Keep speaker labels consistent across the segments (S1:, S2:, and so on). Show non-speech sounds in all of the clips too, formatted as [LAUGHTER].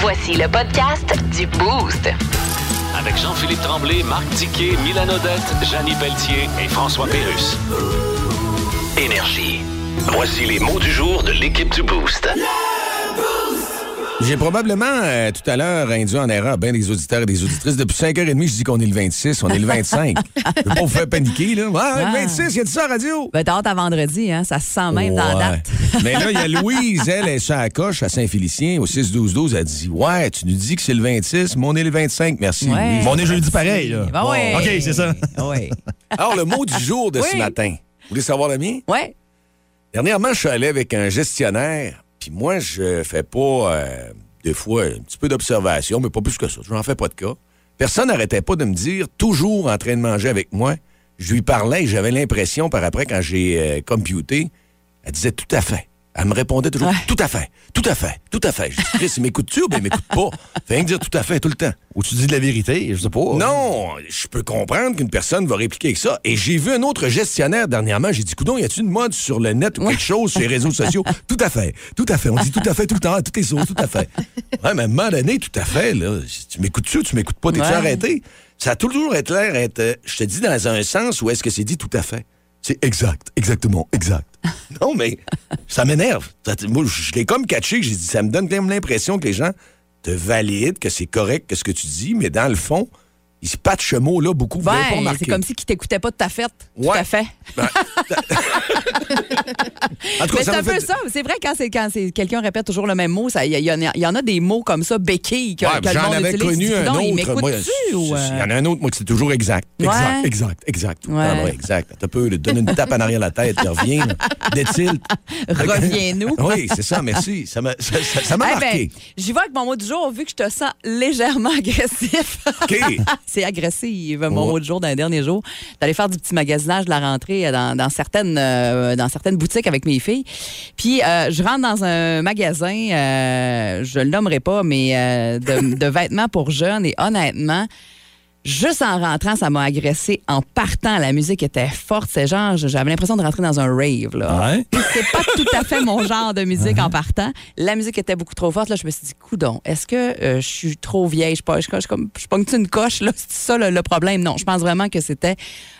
S1: Voici le podcast du Boost.
S2: Avec Jean-Philippe Tremblay, Marc Tiquet, Milan Odette, Janine Pelletier et François Pérus. Énergie. Voici les mots du jour de l'équipe du Boost.
S3: J'ai probablement euh, tout à l'heure induit en erreur bien des auditeurs et des auditrices. Depuis 5h30, je dis qu'on est le 26, on est le
S4: [LAUGHS]
S3: 25. Je veux pas vous faire paniquer, là. Ah, le
S4: Ah.
S3: 26, il y a de ça à la radio.
S4: Ben, t'as hâte à vendredi, hein? Ça se sent même dans
S3: Ouais.
S4: la date.
S3: [LAUGHS] Mais là, il y a Louise, elle, elle est sur la coche à Saint-Félicien, au 6-12-12. Elle dit Ouais, tu nous dis que c'est le 26, mais on est le 25. Merci.
S4: Ouais.
S3: Louise.
S5: Bon, on est jeudi pareil, là.
S4: Ben oui.
S5: OK, c'est ça.
S4: Oui.
S3: Alors, le mot du jour de ce
S4: Oui.
S3: matin. Vous voulez savoir le mien?
S4: Oui.
S3: Dernièrement, je suis allé avec un gestionnaire, puis moi, je fais pas, euh, des fois, un petit peu d'observation, mais pas plus que ça. Je n'en fais pas de cas. Personne n'arrêtait pas de me dire, toujours en train de manger avec moi. Je lui parlais et j'avais l'impression, par après, quand j'ai euh, computé, elle disait tout à fait. Elle me répondait toujours tout à fait, tout à fait, tout à fait. Je dis, Chris, il m'écoute-tu ou bien il m'écoute pas? Fait rien que dire tout à fait tout le temps.
S5: Ou tu dis de la vérité, je sais pas.
S3: Non, je peux comprendre qu'une personne va répliquer ça. Et j'ai vu un autre gestionnaire dernièrement. J'ai dit, coudon, y a-t-il une mode sur le net ou quelque chose sur les réseaux [LAUGHS] sociaux? tout à fait, tout à fait. On dit tout à fait tout le temps, à toutes les sauces, tout à fait. [LAUGHS] Ouais, mais à un moment donné, tout à fait, là. Tu m'écoutes-tu, ou tu m'écoutes pas, t'es-tu
S4: Ouais.
S3: arrêté? Ça a toujours été l'air être, euh, je te dis, dans un sens où est-ce que c'est dit tout à fait? C'est exact, exactement, exact. Non, mais ça m'énerve. Ça t- Moi, je l'ai comme catché, j'ai dit, ça me donne quand même l'impression que les gens te valident, que c'est correct, que ce que tu dis, mais dans le fond, ils se patchent ce mot-là beaucoup. [LAUGHS] vous l'avez pas
S4: Ben,
S3: remarqué.
S4: c'est comme si qui t'écoutait pas de ta fête. Tout
S3: Ouais.
S4: à fait.
S3: Ben, en tout cas,
S4: Mais c'est
S3: ça
S4: un
S3: m'a fait...
S4: peu ça. C'est vrai, quand, c'est- quand c'est- quelqu'un répète toujours le même mot, ça- il y, en a- il y en a des mots comme ça, béquille, que,
S3: Ouais,
S4: que le
S3: J'en
S4: monde
S3: avais
S4: utilise.
S3: connu
S4: Tu dis,
S3: un
S4: non, il
S3: autre. moi,
S4: m'écoute-tu,
S3: c'est-
S4: ou, euh,
S3: c'est- Il y en a un autre, moi, que c'est toujours exact. Exact,
S4: Ouais.
S3: exact, exact. Tout le temps,
S4: Ouais.
S3: ouais, exact. T'as peur de te donner une tape en arrière de la tête, il revient, détile.
S4: [LAUGHS] Reviens-nous.
S3: [LAUGHS] oui, c'est ça, merci. Ça m'a ça- ça- ça m'a
S4: Eh ben,
S3: marqué.
S4: J'y vais avec mon mot du jour, vu que je te sens légèrement [LAUGHS] agressif.
S3: OK.
S4: [LAUGHS] C'est agressif, mon
S3: Ouais.
S4: mot du jour d'un dernier jour. D'aller faire du petit magasinage de la rentrée euh, dans, dans certaines, euh, dans certaines boutiques avec mes filles. Puis, euh, je rentre dans un magasin, euh, je le nommerai pas, mais euh, de, [LAUGHS] de vêtements pour jeunes. Et honnêtement, juste en rentrant, ça m'a agressé. En partant, la musique était forte. C'est genre, j'avais l'impression de rentrer dans un rave. Là.
S5: Ouais.
S4: Puis c'est pas tout à fait mon genre de musique en partant. La musique était beaucoup trop forte. Là, je me suis dit, coudon, est-ce que euh, je suis trop vieille? Je, pogne- je, je, comme- je pogne-tu une coche? là? C'est ça le, le problème? Non, je pense vraiment que c'était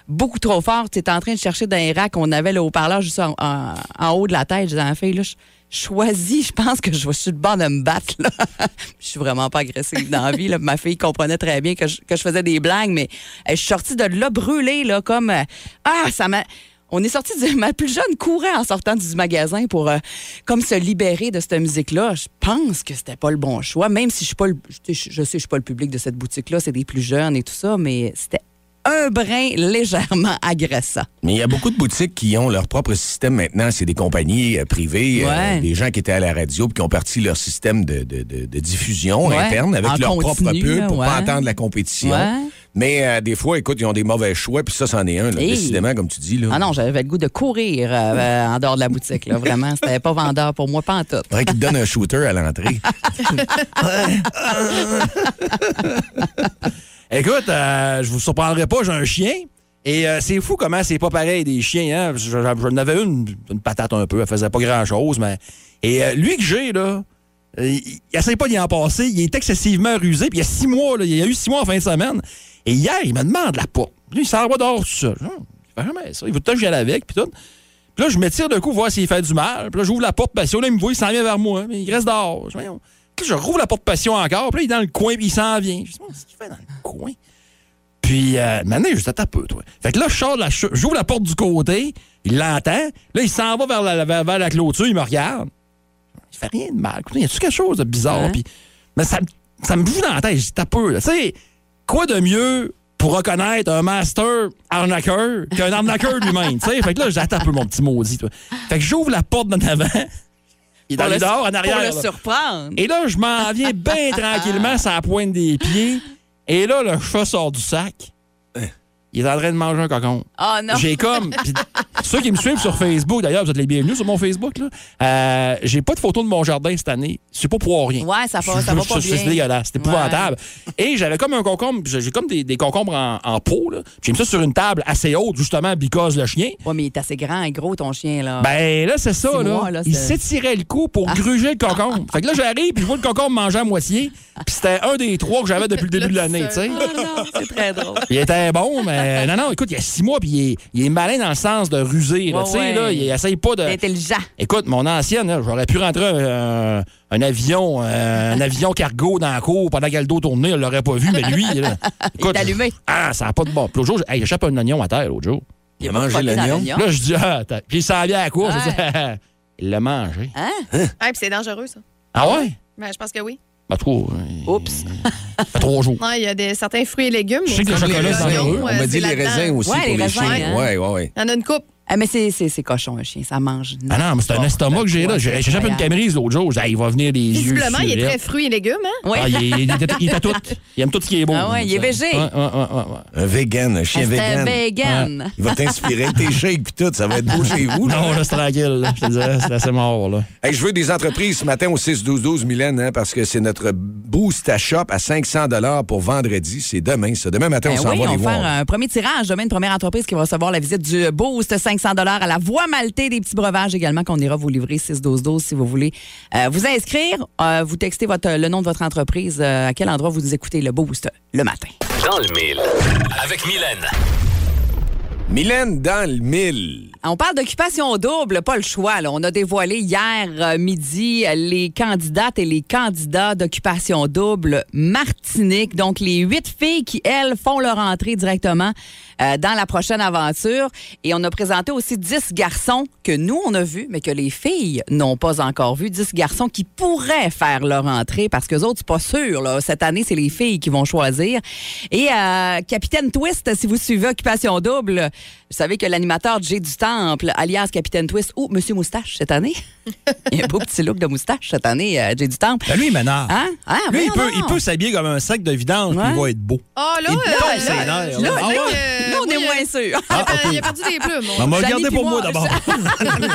S4: beaucoup trop fort. Tu étais en train de chercher dans les racks. On avait le haut-parleur juste en, en- en haut de la tête. Je disais à la fille, là, je choisis. Je pense que je vais- je suis de bord de me battre. Là. [LAUGHS] je suis vraiment pas agressive dans la vie. là. Ma fille comprenait très bien que je, que je faisais des blagues, mais euh, je suis sortie de là brûlée, là, comme... euh, ah, ça m'a... On est sorti du. [LAUGHS] Ma plus jeune courait en sortant du magasin pour euh, comme se libérer de cette musique-là. Je pense que c'était pas le bon choix, même si je suis pas le, je, je sais que je suis pas le public de cette boutique-là, c'est des plus jeunes et tout ça, mais c'était un brin légèrement agressant.
S3: Mais il y a beaucoup de boutiques qui ont leur propre système maintenant. C'est des compagnies euh, privées, euh,
S4: Ouais.
S3: des gens qui étaient à la radio puis qui ont parti leur système de, de- de- de diffusion
S4: Ouais.
S3: interne avec
S4: En
S3: leur propre
S4: continu,
S3: pub
S4: là,
S3: pour
S4: ouais.
S3: pas entendre la compétition.
S4: Ouais.
S3: Mais euh, des fois, écoute, ils ont des mauvais choix, puis ça, c'en est un, là,
S4: Hey.
S3: décidément, comme tu dis. Là.
S4: Ah non, j'avais le goût de courir euh, euh, en dehors de la boutique, là, vraiment. C'était pas vendeur pour moi, pas en tout.
S3: Faudrait qu'ils te donnent un shooter à
S4: [LAUGHS]
S3: l'entrée.
S5: Écoute, euh, je vous surprendrai pas, j'ai un chien. Et euh, c'est fou comment c'est pas pareil des chiens. Hein? Je, je- j'en avais une, une patate un peu, elle faisait pas grand-chose. mais Et euh, lui que j'ai, là, euh, il, il essaie pas d'y en passer. Il est excessivement rusé. Puis il y a six mois, là, il y a eu six mois en fin de semaine. Et hier, il me demande la peau. Lui, il s'en va dehors tout seul. Hum, Il fait jamais ça. Il veut tout le temps que j'y aille avec, puis tout. Puis là, je m'étire de coup, voir s'il fait du mal. Puis là, j'ouvre la porte passion. Là, il me voit, il s'en vient vers moi. Mais il reste dehors. Je, voyons. Puis là, je rouvre la porte passion encore. Puis là, il est dans le coin, puis il s'en vient. Je dis, qu'est-ce qu'il fait dans le coin? Puis, euh, maintenant, je t'attends un peu, toi. Fait que là, je sors de la ch- j'ouvre la porte du côté. Il l'entend. Là, il s'en va vers la, vers, vers la clôture. Il me regarde. Il fait rien de mal. Écoute, y a-tu quelque chose de bizarre?
S4: Hein?
S5: Puis, mais ça, me- ça me joue dans la tête. Je dis, t'as peu, là. Tu sais, quoi de mieux pour reconnaître un master arnaqueur
S4: [LAUGHS]
S5: qu'un arnaqueur lui-même? Tu sais, fait que là, j'attends un peu mon petit maudit, toi. Fait que j'ouvre la porte d'en avant. Il est dans
S4: Pour
S5: le
S4: le-
S5: dehors, en arrière.
S4: pour le
S5: là.
S4: surprendre.
S5: Et là,
S4: [LAUGHS]
S5: je m'en viens bien tranquillement sur la pointe des pieds. Et là, le chat sort du sac. il est en train de manger un cocon.
S4: Oh non. [LAUGHS]
S5: J'ai comme. pis ceux qui me suivent sur Facebook, d'ailleurs, vous êtes les bienvenus sur mon Facebook. là. Euh, j'ai pas de photo de mon jardin cette année. C'est pas pour rien.
S4: Ouais, ça va-
S5: Je-
S4: ça va pas
S5: je- C'est
S4: bien.
S5: dégueulasse. C'est
S4: Ouais.
S5: épouvantable. Et j'avais comme un concombre. J'ai j'ai comme des, des concombres en, en pot. là. J'ai mis ça sur une table assez haute, justement, because le chien.
S4: Ouais, mais il est assez grand et gros, ton chien, là.
S5: Ben là, c'est ça,
S4: Ah. Six
S5: là.
S4: mois, là,
S5: il
S4: c'est- Ah.
S5: s'étirait le cou pour gruger le concombre. Fait que là, j'arrive, puis je vois le concombre manger à moitié. Puis c'était un des trois que j'avais depuis
S4: [LAUGHS]
S5: le début de l'année, tu sais.
S4: Oh non, c'est très
S5: [LAUGHS]
S4: drôle.
S5: Il était bon, mais non, non, écoute, il y a six mois, puis il est, il est malin dans le sens de rusé. Là,
S4: Ouais,
S5: tu sais,
S4: ouais.
S5: là, il essaye pas de.
S4: T'es intelligent.
S5: Écoute, mon ancienne, là, j'aurais pu rentrer un, un- un avion euh, un avion cargo dans la cour pendant qu'elle le dos tournait, elle l'aurait pas vu, mais
S4: [LAUGHS]
S5: lui, là, écoute,
S4: est allumé.
S5: Ah, ça n'a pas de bon. Puis l'autre jour, j'ai- hey, j'échappe un oignon à terre l'autre jour.
S3: Il a
S4: pas
S3: mangé
S4: de poté dans
S3: l'oignon.
S4: l'oignon.
S5: Là, je dis, ah, attends. puis il s'en vient à la cour, je dis, [LAUGHS] il l'a mangé.
S4: Hein?
S6: Ah, puis c'est dangereux, ça.
S5: Ah ouais?
S6: Ben, je pense que oui.
S5: Ben, trop,
S4: Oups.
S5: ça fait trois jours.
S6: Non, il y a des, certains fruits et légumes.
S5: Je sais que le
S6: mais
S5: chocolat,
S6: les
S5: c'est
S6: oignons,
S5: dangereux.
S6: euh,
S3: On m'a
S6: c'est
S3: dit les
S6: là-dedans.
S3: raisins aussi
S4: Ouais,
S3: pour
S4: les
S3: les
S4: raisins,
S3: chiens.
S4: hein.
S3: Ouais, ouais, ouais.
S6: Il y en a une coupe.
S4: Ah, mais c'est- c'est c'est cochon, un chien. Ça mange.
S5: Ah non, mais c'est un estomac que j'ai là. J'ai- J'échappe une camerise l'autre jour. Je dis, Ah, il va venir les yeux.
S6: Visiblement, il est
S5: sur-
S6: très fruits et légumes, hein?
S4: Oui.
S5: Ah, il, est- il est- il est à tout. Il aime tout ce qui est beau.
S4: Ah ouais, il est végé.
S5: Ouais, ouais, ouais, ouais, ouais.
S3: Un vegan, un chien
S4: C'est un
S3: vegan.
S4: Ah, vegan.
S3: Il va t'inspirer avec tes shakes puis tout, ça va être beau chez vous. là.
S5: Non, là, c'est tranquille. là. Je te disais, c'est assez mort, là.
S3: Hey, je veux des entreprises ce matin au 6-12-12, Mylène, hein, parce que c'est notre boost à shop à 500 pour vendredi. C'est demain, ça. Demain matin,
S4: Ben
S3: on s'en
S4: oui,
S3: va
S4: on
S3: les
S4: va
S3: voir.
S4: faire un premier tirage demain, une première entreprise qui va recevoir la visite du Boost 500 à la Voie Maltais, des petits breuvages également qu'on ira vous livrer 6-12-12 si vous voulez euh, vous inscrire. Euh, vous textez votre, le nom de votre entreprise, euh, à quel endroit vous écoutez le Boost le matin.
S2: Dans le mille. Avec Mylène.
S3: Mylène, dans le mille.
S4: On parle d'occupation double, pas le choix. là. On a dévoilé hier euh, midi euh, les candidates et les candidats d'occupation double Martinique. Donc, les huit filles qui, elles, font leur entrée directement euh, dans la prochaine aventure. Et on a présenté aussi dix garçons que nous, on a vus, mais que les filles n'ont pas encore vus. Dix garçons qui pourraient faire leur entrée parce que autres, c'est pas sûr. là. Cette année, c'est les filles qui vont choisir. Et euh, Capitaine Twist, si vous suivez Occupation Double, vous savez que l'animateur Jay du Temple, alias Capitaine Twist, ou Monsieur Moustache cette
S6: [LAUGHS]
S4: année. il y a un beau petit look de moustache cette année, euh, Jay du Temple.
S5: Ben, lui, il m'énerve.
S4: Hein? Hein?
S5: Lui, il
S4: Voyons
S5: peut,
S4: donc.
S5: il peut s'habiller comme un sac de vidange, puis
S4: Ouais.
S5: il va être beau.
S6: Ah, là,
S5: Il
S6: euh,
S5: tombe
S6: là,
S5: ses nerfs,
S6: là,
S5: là.
S6: là,
S5: Ah
S6: là,
S5: ouais?
S6: euh,
S4: Là, on
S6: moi,
S4: est
S6: il a-
S4: moins sûr.
S6: Ah, ben, Il a perdu des plumes.
S5: On
S6: on-
S5: m'a
S4: Jeannie
S5: regardé
S4: puis
S5: Ah, pour moi,
S4: moi,
S5: d'abord.
S4: [LAUGHS]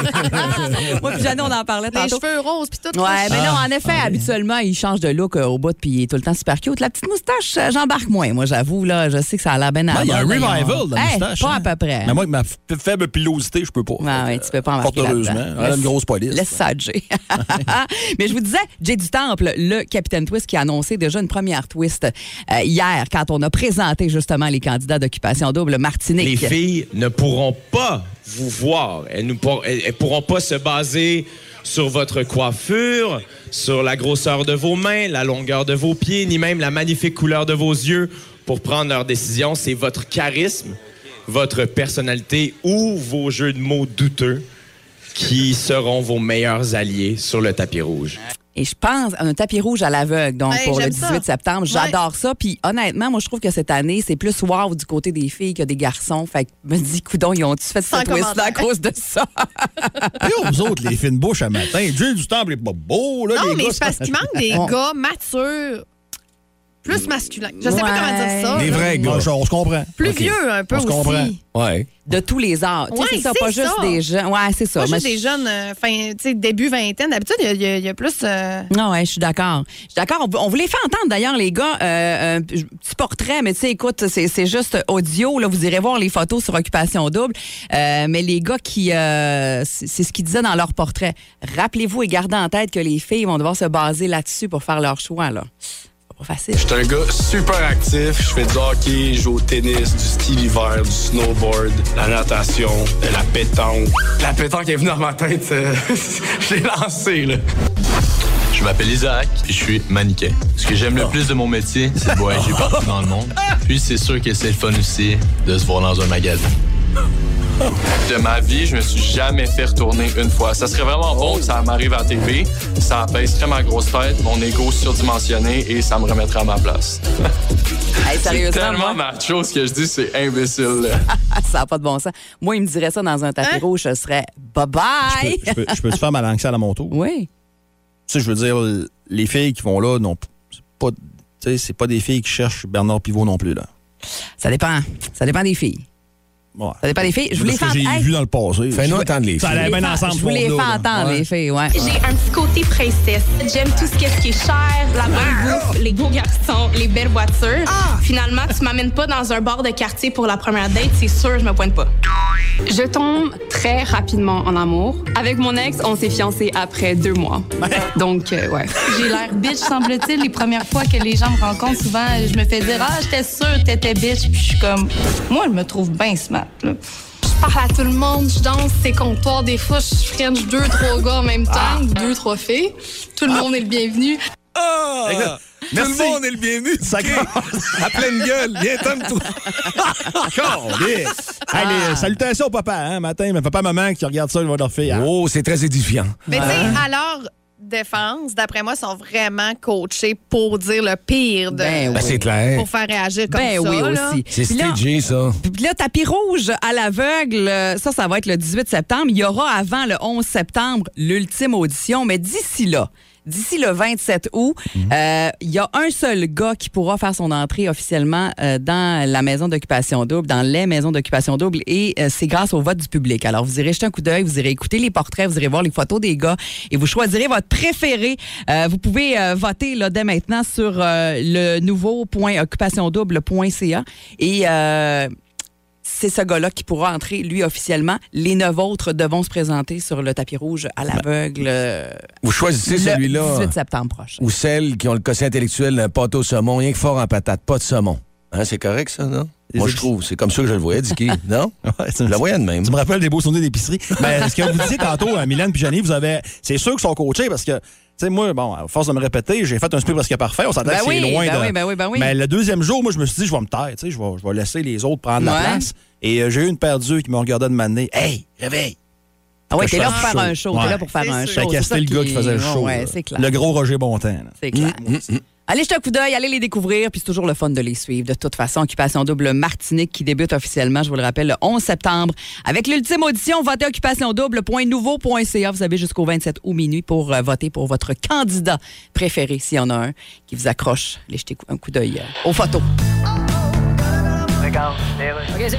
S4: Moi puis Jeannot, on en parlait
S6: Les
S4: tantôt.
S6: cheveux roses, puis tout.
S4: Ouais, ben, mais non,
S5: Ah,
S4: en effet,
S5: ok.
S4: habituellement, il change de look euh, au bout, puis il est tout le temps super cute. La petite moustache, euh, j'embarque moins, moi, j'avoue, là. Je sais que ça a l'air bien à
S5: Ah, il y a
S4: la
S5: un
S4: mode,
S5: revival
S4: d'ailleurs.
S5: de la
S4: Hey,
S5: moustache,
S4: Pas
S5: hein.
S4: à peu près.
S5: Mais moi, avec ma f- faible pilosité, je peux pas.
S4: Ouais, ouais, Ben tu peux pas embarquer
S5: Fort heureusement.
S4: là-dedans.
S5: Elle a
S4: Laisse-
S5: une grosse
S4: [LAUGHS]
S5: police.
S4: Laisse ça, Jay. [LAUGHS] Mais je vous disais, Jay du Temple, le capitaine Twist, qui a annoncé déjà une première twist euh, hier quand on a présenté justement les candidats d'occupation double
S7: Les
S4: Martinique.
S7: filles ne pourront pas vous voir. Elles ne pour- elles- elles pourront pas se baser sur votre coiffure, sur la grosseur de vos mains, la longueur de vos pieds, ni même la magnifique couleur de vos yeux pour prendre leurs décisions. C'est votre charisme, votre personnalité ou vos jeux de mots douteux qui seront vos meilleurs alliés sur le tapis rouge.
S4: Et je pense à un tapis rouge à l'aveugle, donc
S6: Hey,
S4: pour le
S6: j'aime
S4: 18
S6: ça.
S4: septembre.
S6: Ouais.
S4: J'adore ça. Puis honnêtement, moi, je trouve que cette année, c'est plus wow du côté des filles que des garçons. Fait que je me dis, coudon, ils ont-tu fait
S6: Sans
S4: ce twist-là à
S6: commentaire.
S4: cause de ça?
S5: Puis aux autres, les fines bouches à matin. Dieu du temple est pas beau, là.
S6: Non,
S5: Ah, les
S6: mais
S5: gars,
S6: c'est parce qu'il manque des
S5: [LAUGHS]
S4: On-
S6: gars matures, plus masculins. Je sais pas
S4: Ouais.
S6: comment dire ça.
S3: Des
S6: là.
S3: vrais gars.
S5: Bon, on se comprend.
S6: Plus
S5: Ok.
S6: vieux un peu
S5: On se comprend.
S6: aussi.
S3: Ouais.
S4: De tous les âges. Tu sais,
S6: Ouais,
S4: c'est ça,
S6: c'est
S4: pas juste
S6: ça.
S4: des jeunes. Ouais, c'est ça.
S6: Pas
S4: Mais
S6: juste des jeunes, euh, fin, tu sais, début vingtaine. D'habitude, il y a- il y, a- il y a plus. euh,
S4: Non, ouais, je suis d'accord. Je suis d'accord. On, on vous les fait entendre d'ailleurs, les gars, euh, un p- petit portrait, mais tu sais, écoute, c'est c'est juste audio. Là, vous irez voir les photos sur Occupation Double. Euh, mais les gars qui, euh, c'est c'est ce qu'ils disaient dans leur portrait. Rappelez-vous et gardez en tête que les filles vont devoir se baser là-dessus pour faire leur choix. Là, c'est pas facile.
S8: Je suis un gars super actif. Je fais du hockey, je joue au tennis, du ski l'hiver, du snowboard, la natation, de la pétanque. La pétanque est venue dans ma tête. euh, [LAUGHS] je l'ai lancée, là.
S9: Je m'appelle Isaac, puis je suis mannequin. Ce que
S8: Ah.
S9: j'aime le plus de mon métier, c'est de voyager partout dans le monde. Puis c'est sûr que c'est le fun aussi de se voir dans un magasin. De ma vie, je me suis jamais fait retourner une fois. Ça serait vraiment bon que ça m'arrive à la TV. Ça abaisserait ma grosse tête, mon ego surdimensionné et ça me remettrait à ma place.
S4: Hey,
S9: C'est
S4: sérieusement,
S9: tellement
S4: moi,
S9: macho ce que je dis, c'est imbécile. là.
S4: ça n'a pas de bon sens. Moi, il me dirait ça dans un tapis
S6: Hein?
S4: rouge, ce serait bye
S5: Je
S4: bye.
S5: peux- Je peux, je peux te faire ma langue sale à mon tour.
S4: [LAUGHS] Oui.
S5: Tu sais, je veux dire, les filles qui vont là, non, c'est pas, tu sais, c'est pas des filles qui cherchent Bernard Pivot non plus, là.
S4: Ça dépend. Ça dépend des filles.
S5: Ouais.
S4: Ça dépend des filles. Je vous
S5: Parce
S4: les
S5: que
S4: fais
S5: j'ai
S4: entendre.
S5: vu dans le passé.
S3: Fais-nous entendre les
S5: Ça allait
S3: filles.
S5: bien Eh ben, ensemble.
S4: Je vous les fais
S5: fond de là, là.
S4: entendre, les filles, ouais.
S10: J'ai un petit côté princesse. J'aime tout ce, qu'est-ce qui est cher, la bonne bouffe, les beaux garçons, les belles voitures. Finalement, tu m'amènes pas dans un bar de quartier pour la première date, c'est sûr, je me pointe pas.
S11: Je tombe très rapidement en amour. Avec mon ex, on s'est fiancés après deux mois. Donc, euh, ouais.
S10: J'ai l'air bitch, semble-t-il. Les premières fois que les gens me rencontrent, souvent, je me fais dire Ah, j'étais sûre que t'étais bitch. Puis je suis comme Moi, je me trouve bien smart. Là.
S11: Je parle à tout le monde, je danse, c'est comptoir. Des fois, je french deux, trois gars en même
S10: Ah.
S11: temps, ou deux, trois filles. Tout le monde est le bienvenu.
S3: Ah! Tout le monde est le
S5: [LAUGHS]
S3: bienvenu. Ça À pleine gueule. Viens,
S4: [LAUGHS]
S3: tombe-toi.
S5: Yes. Hey, les salutations au papa, hein, matin. Mais papa, maman qui regarde ça, ils vont leur faire. hein.
S3: Oh, c'est très édifiant.
S6: Mais tu sais, à leur défense, d'après moi, sont vraiment coachés pour dire le pire de,
S4: Ben oui.
S3: Ben, c'est clair.
S6: pour faire réagir comme
S4: Ben
S6: ça.
S4: oui,
S6: là.
S4: aussi.
S3: C'est
S4: Puis là-
S3: stagé, ça.
S4: Puis là, tapis rouge à l'aveugle, euh, ça, ça va être le 18 septembre. Il y aura avant le 11 septembre l'ultime audition, mais d'ici là, d'ici le 27 août, euh, il y a un seul gars qui pourra faire son entrée officiellement euh, dans la maison d'occupation double, dans les maisons d'occupation double, et euh, c'est grâce au vote du public. Alors, vous irez jeter un coup d'œil, vous irez écouter les portraits, vous irez voir les photos des gars, et vous choisirez votre préféré. Euh, vous pouvez euh, voter là, dès maintenant sur euh, le nouveau point occupationdouble.ca et euh, c'est ce gars-là qui pourra entrer, lui, officiellement. Les neuf autres devront se présenter sur le tapis rouge à
S5: Ben,
S4: l'aveugle euh,
S3: Vous choisissez
S4: le
S3: celui-là
S4: 18 septembre prochain.
S3: ou celle qui ont le quotient intellectuel d'un pâte au saumon, rien que fort en patate, pas de saumon. Hein, c'est correct, ça, non? Moi, je trouve. C'est comme ça que je le voyais, [LAUGHS] Dicky. Non?
S5: Oh. Ouais,
S3: Je
S5: c'est-
S3: le voyais de même.
S5: Tu me rappelles des beaux souvenirs [LAUGHS] d'épicerie. Mais ce que vous disiez tantôt, à Mylène puis Janie, vous avez. C'est sûr qu'ils sont coachés parce que, tu sais, moi, bon, à force de me répéter, j'ai fait un split presque parfait. On s'entend
S4: Ben
S5: que c'est
S4: oui,
S5: loin
S4: ben
S5: de.
S4: oui, ben oui, ben oui.
S5: Mais le deuxième jour, moi, je me suis dit, je vais me taire, tu sais, je vais, je vais laisser les autres prendre
S4: Ouais.
S5: la place. Et euh, j'ai eu une paire d'yeux qui me regardait de maner. Hey, réveille!
S4: Ah ouais,
S5: que
S4: t'es
S5: je
S4: là pour
S5: fasse
S4: faire
S5: chaud.
S4: un show. T'es
S5: Ouais.
S4: là pour faire
S6: C'est
S4: un
S6: sûr.
S4: show.
S5: Fait que
S4: C'est
S5: c'était
S4: ça
S5: le gars qui faisait le
S4: ouais,
S5: show.
S4: Ouais,
S5: là.
S4: c'est clair.
S5: Le gros Roger Bontemps. là.
S4: C'est clair.
S3: Mm,
S4: Allez jeter un coup d'œil, allez les découvrir, puis c'est toujours le fun de les suivre. De toute façon, Occupation Double Martinique qui débute officiellement, je vous le rappelle, le 11 septembre. Avec l'ultime audition, votez occupationdouble.nouveau.ca. Vous avez jusqu'au 27 août minuit pour euh, voter pour votre candidat préféré, s'il y en a un, qui vous accroche. Allez jeter un coup d'œil euh, aux photos.
S10: [LAUGHS]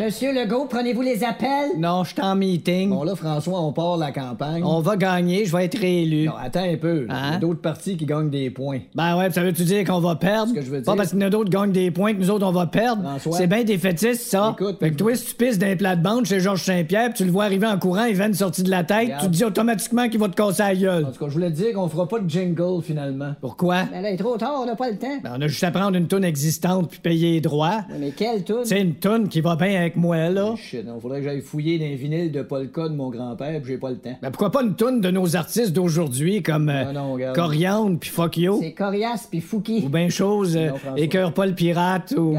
S10: Monsieur Legault, prenez-vous les appels? Non, je suis en meeting. Bon, là, François, on part la campagne. On va gagner, je vais être réélu. Non, attends un peu. Il y a d'autres partis qui gagnent des points. Ben ouais, ça veut-tu dire qu'on va perdre? ce que je veux dire. Pas parce qu'il y en a d'autres qui gagnent des points que nous autres, on va perdre. C'est bien défaitiste, ça. Écoute. Fait que toi, si tu pisses d'un plat-de-bande chez Georges Saint-Pierre, puis tu le vois arriver en courant, il vient une sortie de la tête, tu te dis automatiquement qu'il va te casser la gueule. En tout cas, je voulais te dire qu'on fera pas de jingle, finalement. Pourquoi? Ben là, il est trop tard, on n'a pas le temps. Ben, on a juste à prendre une toune existante puis payer les droits. mais quelle toune? C'est une toune qui va bien avec moi, là. Shit, non, faudrait que j'aille fouiller dans les vinyles de Polka de mon grand-père, puis j'ai pas le temps. Ben pourquoi pas une toune de nos artistes d'aujourd'hui comme euh, Coriandre puis Fuck You? C'est Corias puis Fouki. Ou bien chose, euh, Écoeur Paul Pirate ou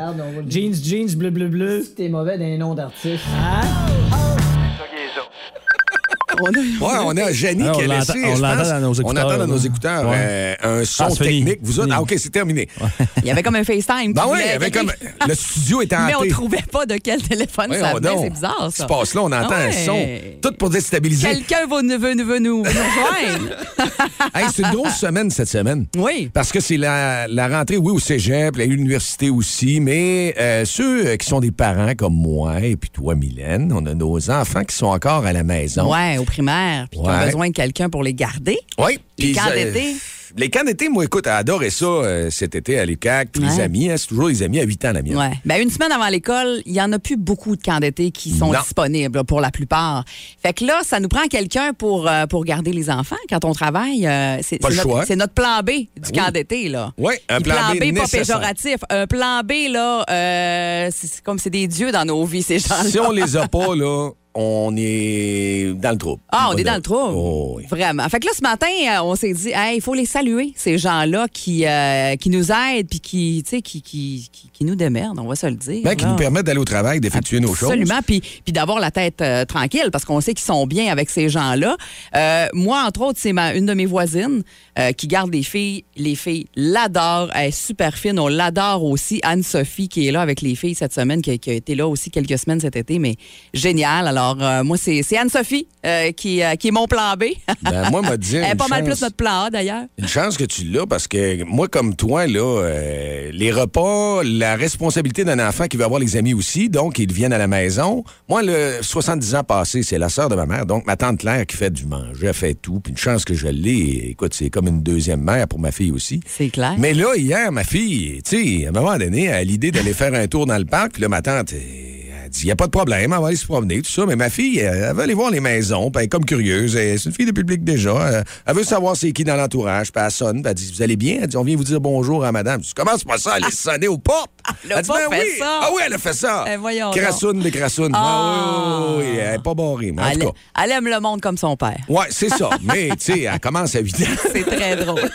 S10: Jeans Jeans Bleu Bleu Bleu. Si t'es mauvais d'un nom d'artiste. Hein?
S3: Ouais, on a Jenny
S5: Ouais, on
S3: qui a
S5: l'entend-
S3: laissé.
S5: on
S3: je
S5: l'entend
S3: pense.
S5: dans nos écouteurs,
S3: On entend dans
S5: là.
S3: nos écouteurs
S5: Ouais.
S3: euh, un son
S5: Ah, c'est fini.
S3: technique. Vous autres,
S5: Fini.
S3: ah, OK, c'est terminé.
S4: Il y avait comme un FaceTime. qui
S3: Ben oui,
S4: voulait-
S3: avec comme, le studio est
S4: Mais on
S3: hanté.
S4: trouvait pas de quel téléphone ça
S3: Voyons
S4: venait.
S3: donc.
S4: C'est bizarre,
S3: Ce qui
S4: ça.
S3: se passe là, on entend
S4: Ah
S3: un son.
S4: ouais.
S3: Tout pour déstabiliser.
S4: Quelqu'un va- veut, veut,
S3: [LAUGHS]
S4: veut nous nous rejoindre.
S3: Hey, c'est une [LAUGHS] grosse semaine cette semaine.
S4: Oui.
S3: Parce que c'est la, la rentrée, oui, au cégep, à l'université aussi, mais euh, ceux euh, qui sont des parents comme moi et puis toi, Mylène, on a nos enfants qui sont encore à la maison.
S4: Ouais, au primaire, puis qu'on a
S3: Ouais.
S4: besoin de quelqu'un pour les garder.
S3: Oui.
S4: Les
S3: puis,
S4: camps
S3: euh,
S4: d'été.
S3: Les camps d'été, moi, écoute, j'ai adoré ça euh, cet été à l'UQAC, puis les
S4: Ouais.
S3: amis, hein, c'est toujours les amis à 8 ans, la mienne.
S4: Ouais. Ben, une semaine avant l'école, il n'y en a plus beaucoup de camps d'été qui sont
S3: Non.
S4: disponibles là, pour la plupart. Fait que là, ça nous prend quelqu'un pour, euh, pour garder les enfants quand on travaille. euh, c'est,
S3: Pas
S4: c'est
S3: le
S4: notre,
S3: choix. Ben
S4: c'est notre plan B du camp
S3: oui.
S4: d'été. Là.
S3: Ouais, un
S4: Puis
S3: plan B
S4: pas
S3: nécessaire.
S4: péjoratif. Un plan B, là, euh, c'est, c'est comme c'est des dieux dans nos vies, ces gens-là.
S3: Si on les
S4: [LAUGHS]
S3: a pas, là, on est dans le trouble.
S4: Ah, on est dans le trouble.
S3: Oh, oui.
S4: Vraiment. Fait que là, ce matin, euh, on s'est dit, hey, il faut les saluer, ces gens-là qui, euh, qui nous aident puis qui, tu sais, qui, qui, qui, qui nous démerdent, on va se le dire.
S3: Ben, qui
S4: là.
S3: nous permettent d'aller au travail, d'effectuer nos choses.
S4: Absolument, puis, puis d'avoir la tête euh, tranquille parce qu'on sait qu'ils sont bien avec ces gens-là. Euh, moi, entre autres, c'est ma, une de mes voisines euh, qui garde des filles. Les filles l'adorent, elle est super fine. On l'adore aussi. Anne-Sophie qui est là avec les filles cette semaine, qui, qui a été là aussi quelques semaines cet été, mais génial. Alors, Alors, euh, moi, c'est c'est Anne-Sophie euh, qui, euh, qui est mon plan B.
S3: Ben, moi, m'a dit
S4: Elle est
S3: une
S4: pas mal
S3: chance.
S4: plus notre plan A, d'ailleurs.
S3: Une chance que tu l'as parce que moi, comme toi, là, euh, les repas, la responsabilité d'un enfant qui veut avoir les amis aussi, donc ils viennent à la maison. Moi, le 70 ans passé, c'est la sœur de ma mère, donc ma tante Claire qui fait du manger, elle fait tout. Puis une chance que je l'ai, écoute, c'est comme une deuxième mère pour ma fille aussi.
S4: C'est clair.
S3: Mais là, hier, ma fille, tu sais, à un moment donné, elle a l'idée d'aller faire un tour dans le parc, puis là, ma tante, euh, elle dit, il n'y a pas de problème, elle va aller se promener, tout ça. Mais ma fille, elle, elle veut aller voir les maisons, puis elle est comme curieuse. Elle- C'est une fille de public déjà. Elle, elle veut savoir c'est qui dans l'entourage, puis elle sonne, puis elle dit, vous allez bien? Elle dit, on vient vous dire bonjour à madame. Je dis, comment c'est pas ça, aller sonner aux portes?
S4: Ah. Elle a
S3: dit,
S4: pas
S3: Ben
S4: fait
S3: oui.
S4: ça.
S3: Ah oui, elle a fait ça.
S4: Eh, voyons donc.
S3: Crassoune des crassounes.
S4: Ah.
S3: Ah, oui, oui, oui, elle n'est pas barrée, mais en
S4: Elle,
S3: tout cas.
S4: elle aime le monde comme son père.
S3: Ouais, c'est
S4: [LAUGHS]
S3: ça. Mais, tu sais, elle commence à 8 ans.
S4: C'est très drôle.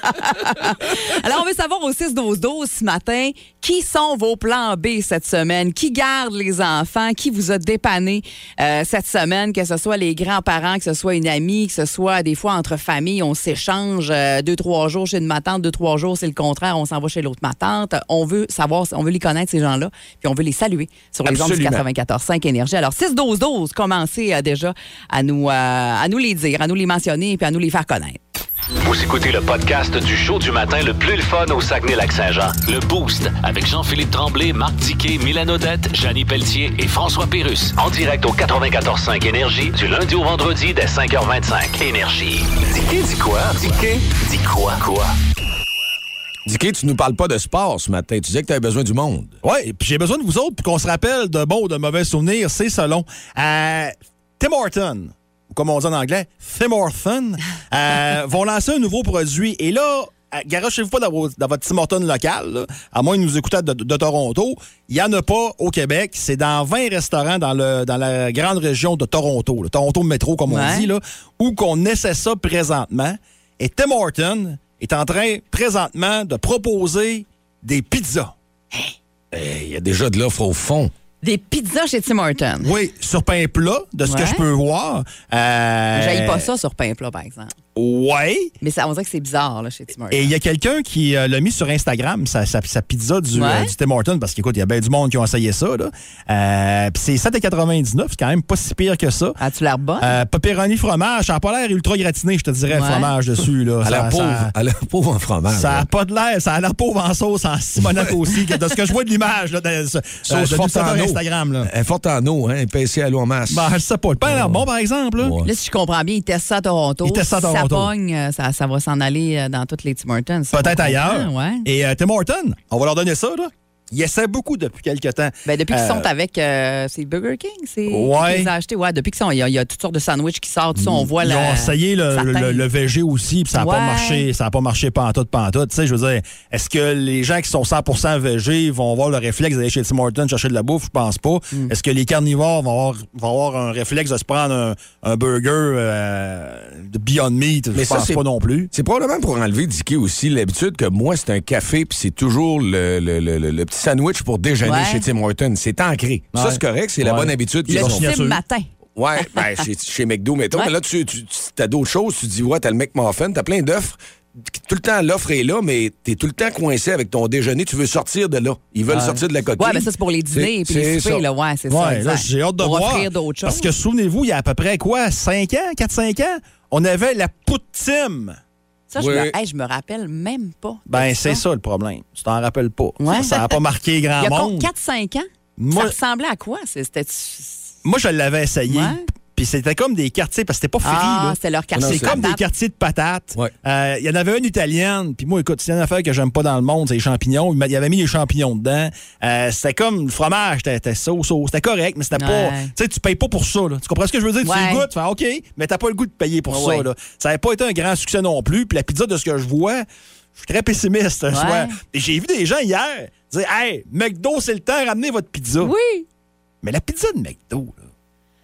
S4: [LAUGHS] Alors, on veut savoir au 6-12-12 ce matin, qui sont vos plans B cette semaine? Qui garde les enfants? Qui vous a dépanné euh, cette semaine? Que ce soit les grands-parents, que ce soit une amie, que ce soit des fois entre familles, on s'échange euh, deux, trois jours chez une ma tante, deux, trois jours, c'est le contraire, on s'en va chez l'autre ma tante. On veut savoir, on veut les connaître, ces gens-là, puis on veut les saluer sur les ondes du
S3: Absolument.
S4: 94.5 Énergie. Alors, 6-12-12, commencez euh, déjà à nous, euh, à nous les dire, à nous les mentionner, puis à nous les faire connaître.
S2: Vous écoutez le podcast du show du matin le plus le fun au Saguenay-Lac-Saint-Jean. Le Boost avec Jean-Philippe Tremblay, Marc Tiquet, Milan Odette, Janine Pelletier et François Pérus. En direct au 94.5 Énergie du lundi au vendredi dès 5h25. Énergie. Tiquet dit quoi? Tiquet dit quoi? Quoi?
S3: [LAUGHS] Dicky, tu nous parles pas de sport ce matin. Tu disais que tu avais besoin du monde.
S5: Oui, puis j'ai besoin de vous autres pour qu'on se rappelle de bons ou de mauvais souvenirs, c'est selon. Euh, Tim Horton, ou comme on dit en anglais, Tim Horton, euh, vont lancer un nouveau produit. Et là, euh, garochez-vous pas dans, vos- dans votre Tim Horton local, là, à moins de nous écouter de, de Toronto. Il n'y en a pas au Québec. C'est dans 20 restaurants dans, le, dans la grande région de Toronto, le Toronto Métro, comme
S4: Ouais.
S5: on dit, là, où qu'on essaie ça présentement. Et Tim Horton est en train présentement de proposer des pizzas.
S3: Eh, Il y a déjà de l'offre au fond.
S4: Des pizzas chez Tim Hortons.
S5: Oui, sur pain plat, de ce
S4: Ouais.
S5: que je peux voir. Euh,
S4: J'aille pas ça sur pain plat, par exemple.
S5: Ouais.
S4: Mais ça, on dirait que c'est bizarre là, chez Tim Hortons.
S5: Et il y a quelqu'un qui euh, l'a mis sur Instagram, sa, sa- sa pizza du,
S4: Ouais.
S5: euh, du Tim Hortons, parce qu'écoute, il y a bien du monde qui ont essayé ça. là. Euh, Puis c'est 7,99, c'est quand même pas si pire que ça.
S4: As-tu l'air bonne?
S5: Euh, pepperoni, fromage, ça n'a pas l'air ultra gratiné, je te dirais, le
S4: Ah. Ouais.
S5: fromage
S3: [LAUGHS]
S5: dessus. Là.
S3: À la
S5: Ça- ça-
S3: pauvre, à la pauvre en fromage.
S5: Ça
S3: là.
S5: n'a pas de l'air, ça a l'air pauvre en sauce, en Simonac aussi, que de ce que je vois de l'image, là, de, de- euh,
S3: Sauce
S5: de
S3: forte en
S5: l'utilisateur
S3: eau.
S5: Instagram. Là.
S3: Elle est forte en eau, hein, épaissée à l'eau en masse.
S5: Ben, je sais pas, le pain a l'air bon, par exemple. là.
S3: Ouais.
S4: Là, si je comprends bien, ils testent ça à Toronto.
S5: Ils testent ça à
S4: Si
S5: Toronto.
S4: ça pogne, euh, ça, ça va s'en aller euh, dans toutes les Tim Hortons. Ça,
S5: Peut-être
S4: on comprend,
S5: ailleurs.
S4: Ouais.
S5: Et euh, Tim Horton, on va leur donner ça, là. Ils essaient beaucoup depuis quelques temps.
S4: Ben, depuis qu'ils
S5: Euh,
S4: sont avec euh, c'est Burger King, c'est
S5: Ouais. Mm,
S4: qu'ils les a achetés. Ouais, depuis qu'ils sont, il y, a- il y a toutes sortes de sandwichs qui sortent. Ça, on voit
S5: Ils ont
S4: la.
S5: essayé le,
S4: certains.
S5: le, le VG aussi, puis ça n'a
S4: Ouais.
S5: pas marché, ça n'a pas marché pantoute, pantoute. Tu sais, je veux dire, est-ce que les gens qui sont 100% VG vont avoir le réflexe d'aller chez Tim Hortons chercher de la bouffe? Je pense pas.
S4: Mm.
S5: Est-ce que les carnivores vont avoir, vont avoir un réflexe de se prendre un, un burger euh, de Beyond Meat?
S3: Mais
S5: Je
S3: ça,
S5: pense
S3: c'est-
S5: pas non plus.
S3: C'est probablement pour enlever Dicky aussi l'habitude que moi, c'est un café, puis c'est toujours le, le- le- le- le petit sandwich pour déjeuner
S4: Ouais.
S3: chez Tim Hortons. C'est ancré. Ça,
S5: Ouais.
S3: c'est correct, c'est la
S5: Ouais.
S3: bonne habitude qu'ils
S4: Le
S3: ont.
S5: signature.
S4: Tim matin.
S3: Ouais,
S5: [LAUGHS]
S3: ben, chez, chez McDo, mettons.
S4: Ouais.
S3: Mais là, tu, tu, as d'autres choses. Tu dis, ouais, t'as le McMuffin, t'as plein d'offres. Tout le temps, l'offre est là, mais t'es tout le temps coincé avec ton déjeuner. Tu veux sortir de là. Ils veulent sortir de la coquille.
S4: Ouais, mais ben, ça, c'est pour les dîners et
S3: C'est-
S4: les
S3: c'est
S4: soupers,
S3: ça.
S4: là. Ouais, c'est ça.
S5: Ouais, là,
S4: exact.
S5: j'ai hâte de
S4: Pour
S5: voir.
S4: offrir d'autres choses.
S5: Parce que souvenez-vous, il y a à peu près quoi, 5 ans, 4-5 ans, on avait la poutine.
S4: Ça, je,
S3: Oui.
S4: me, hey, je me rappelle même pas. de
S5: Ben, c'est ça le problème. Tu t'en rappelles pas.
S4: Ouais. ben,
S5: Ça n'a pas marqué
S4: Il y
S5: grand
S4: a con-
S5: monde.
S4: 4-5 ans.
S5: Moi-
S4: Ça ressemblait à quoi? C'est- C'était.
S5: Moi, je l'avais essayé.
S4: Ouais.
S5: Puis c'était comme des quartiers, parce que c'était pas free.
S4: Ah,
S5: là.
S4: c'était leur quartier
S5: C'est
S4: de
S5: comme des
S4: patates.
S5: quartiers de patates. Euh,
S3: Ouais.
S5: Il y en avait une italienne. Puis moi, écoute, s'il y a une affaire que j'aime pas dans le monde, c'est les champignons. Il m'a- il avait mis les champignons dedans. Euh, c'était comme le fromage, c'était- c'était sauce, sauce. C'était correct, mais c'était
S4: Ouais.
S5: pas. Tu sais, tu payes pas pour ça. là. Tu comprends ce que je veux dire?
S4: Ouais.
S5: Tu le goûtes, tu fais OK, mais t'as pas le goût de payer pour
S4: Ouais.
S5: ça. Là. Ça n'avait pas été un grand succès non plus. Puis la pizza, de ce que je vois, je suis très pessimiste. hein,
S4: Ouais.
S5: soit- Et J'ai vu des gens hier dire Hey, McDo, c'est le temps, ramenez votre pizza.
S4: Oui.
S5: Mais la pizza de McDo, là,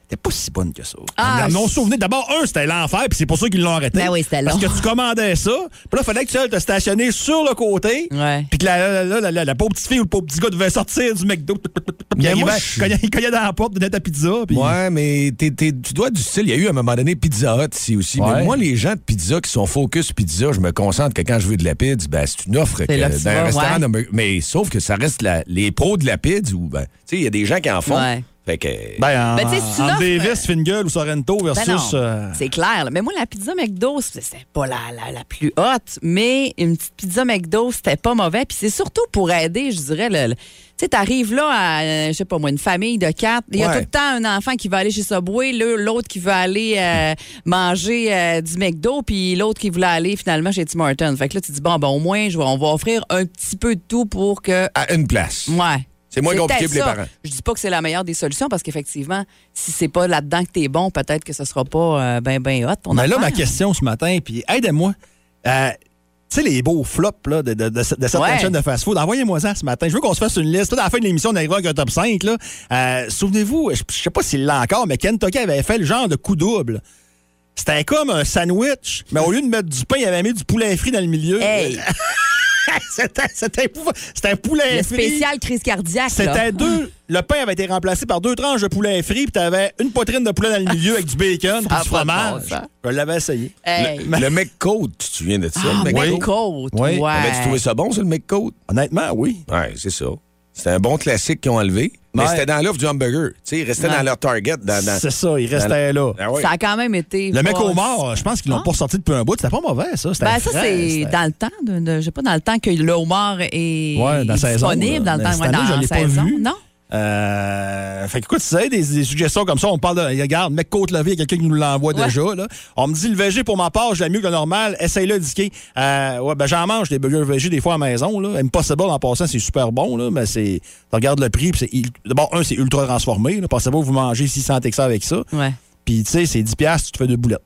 S5: c'était pas si bonne que ça.
S4: Ah,
S5: Ils en ont
S4: c'est-
S5: souvenir. D'abord, un, c'était l'enfer, puis c'est pour ça qu'ils l'ont arrêté.
S4: Ben oui, c'était
S5: Parce
S4: long.
S5: que tu commandais ça, puis là, il fallait que tu ailles te stationner sur le côté.
S4: Ouais.
S5: Puis que la, la, la, la- la- la pauvre petite fille ou le pauvre petit gars devait sortir du McDo. Puis il
S3: Mais moi,
S5: arrivait,
S3: je-
S5: il cognait- [LAUGHS] il cognait dans la porte, donnait ta pizza. puis-
S3: Ouais, mais t'es- t'es- tu dois du style. Il y a eu à un moment donné Pizza Hut ici aussi.
S5: Ouais.
S3: Mais moi, les gens de pizza qui sont focus pizza, je me concentre que quand je veux de la pizza, ben, c'est une offre
S4: là que
S3: que
S4: tu
S3: d'un
S4: vas,
S3: restaurant.
S4: ouais.
S3: de- Mais sauf que ça reste la- les pros de la pizza ou, ben, tu sais, il y a des gens qui en font.
S4: Ouais.
S3: Fait que.
S5: Ben, en,
S4: Ben, tu sais, si tu
S5: entre
S4: l'offres-
S5: Davis, Fingal ou Sorrento
S4: Ben
S5: versus.
S4: non,
S5: euh,
S4: C'est clair. là. Mais moi, la pizza McDo, c'est c'est pas la, la, la plus haute, mais une petite pizza McDo, c'était pas mauvais. Puis c'est surtout pour aider, je dirais, le. le- tu sais, t'arrives là à, euh, je sais pas moi, une famille de quatre. Il y a
S12: Ouais.
S4: tout le temps un enfant qui va aller chez Subway, le- l'autre qui veut aller euh, manger euh, du McDo, puis l'autre qui voulait aller finalement chez Tim Hortons. Fait que là, tu dis, bon, ben, au moins, je vais- on va offrir un petit peu de tout pour que.
S3: À une place.
S4: Ouais.
S3: C'est moins compliqué
S4: peut-être
S3: pour les
S4: ça.
S3: parents.
S4: Je dis pas que c'est la meilleure des solutions parce qu'effectivement, si c'est pas là-dedans que t'es bon, peut-être que ce sera pas euh, ben ben hot. ton
S5: Mais là,
S4: affaire.
S5: ma question ce matin, puis aide-moi. Euh, tu sais, les beaux flops là, de, de- de- de certaines
S4: Ouais.
S5: chaînes de fast-food, envoyez-moi ça ce matin. Je veux qu'on se fasse une liste. Là, à la fin de l'émission, on arrivera avec un top 5. là. Euh, Souvenez-vous, je je sais pas s'il l'a encore, mais Kentucky avait fait le genre de coup double. C'était comme un sandwich, mais au lieu de mettre du pain, il avait mis du poulet frit dans le milieu. [LAUGHS] C'était- C'était épouva- c'était un poulet
S4: Le
S5: frit.
S4: spécial crise cardiaque. là.
S5: C'était deux. Le pain avait été remplacé par deux tranches de poulet frit, puis t'avais une poitrine de poulet dans le milieu avec du bacon, puis
S4: Ça a
S5: du
S4: Ah. pas de bon
S5: fromage.
S4: sens.
S5: Je l'avais essayé.
S4: Hey.
S5: Le-
S3: Le McCoat, tu te souviens de ça?
S4: Ah,
S3: le
S4: McCoat, ouais.
S5: Ah, ben,
S3: Avais-tu trouvé ça bon, ça, le McCoat?
S5: Honnêtement, oui.
S3: Ouais, c'est ça. C'était un bon classique qu'ils ont enlevé, mais
S5: Ouais.
S3: c'était dans l'offre du hamburger. Tu sais, ils restaient
S5: Ouais.
S3: dans leur target. Dans, dans-
S5: C'est ça, ils
S3: dans-
S5: restaient là.
S3: Ah ouais.
S4: Ça a quand même été.
S5: Le mec
S4: pas-
S5: au mort, je pense qu'ils l'ont pas sorti depuis un bout. C'était pas mauvais, ça. C'était
S4: Ah. Ben, ça,
S5: frais,
S4: c'est
S5: c'était-
S4: dans le temps, de, de- je sais pas, dans le temps que le homard est
S5: Ouais, dans la saison,
S4: disponible,
S5: là.
S4: dans le
S5: Mais
S4: temps,
S5: cette
S4: ouais,
S5: année,
S4: dans
S5: je l'ai
S4: la
S5: pas
S4: saison.
S5: vu.
S4: Non?
S5: Euh, fait que, écoute, si vous avez des, des suggestions comme ça, on parle de. Regarde, mec côte levée, il y a quelqu'un qui nous l'envoie déjà. Là. On me dit le VG pour ma part, je l'aime mieux que le normal. Essaye-le, Dicky. Euh, ouais, ben, j'en mange des burgers VG des fois à la maison. Là. Impossible en passant, c'est super bon, là, mais c'est. Tu regardes le prix, puis c'est. il- D'abord, un, c'est ultra transformé. Là. Pensez pas que vous mangez 600 Texas avec ça.
S4: Ouais.
S5: Puis, tu sais, c'est 10$, piastres, tu te fais deux boulettes.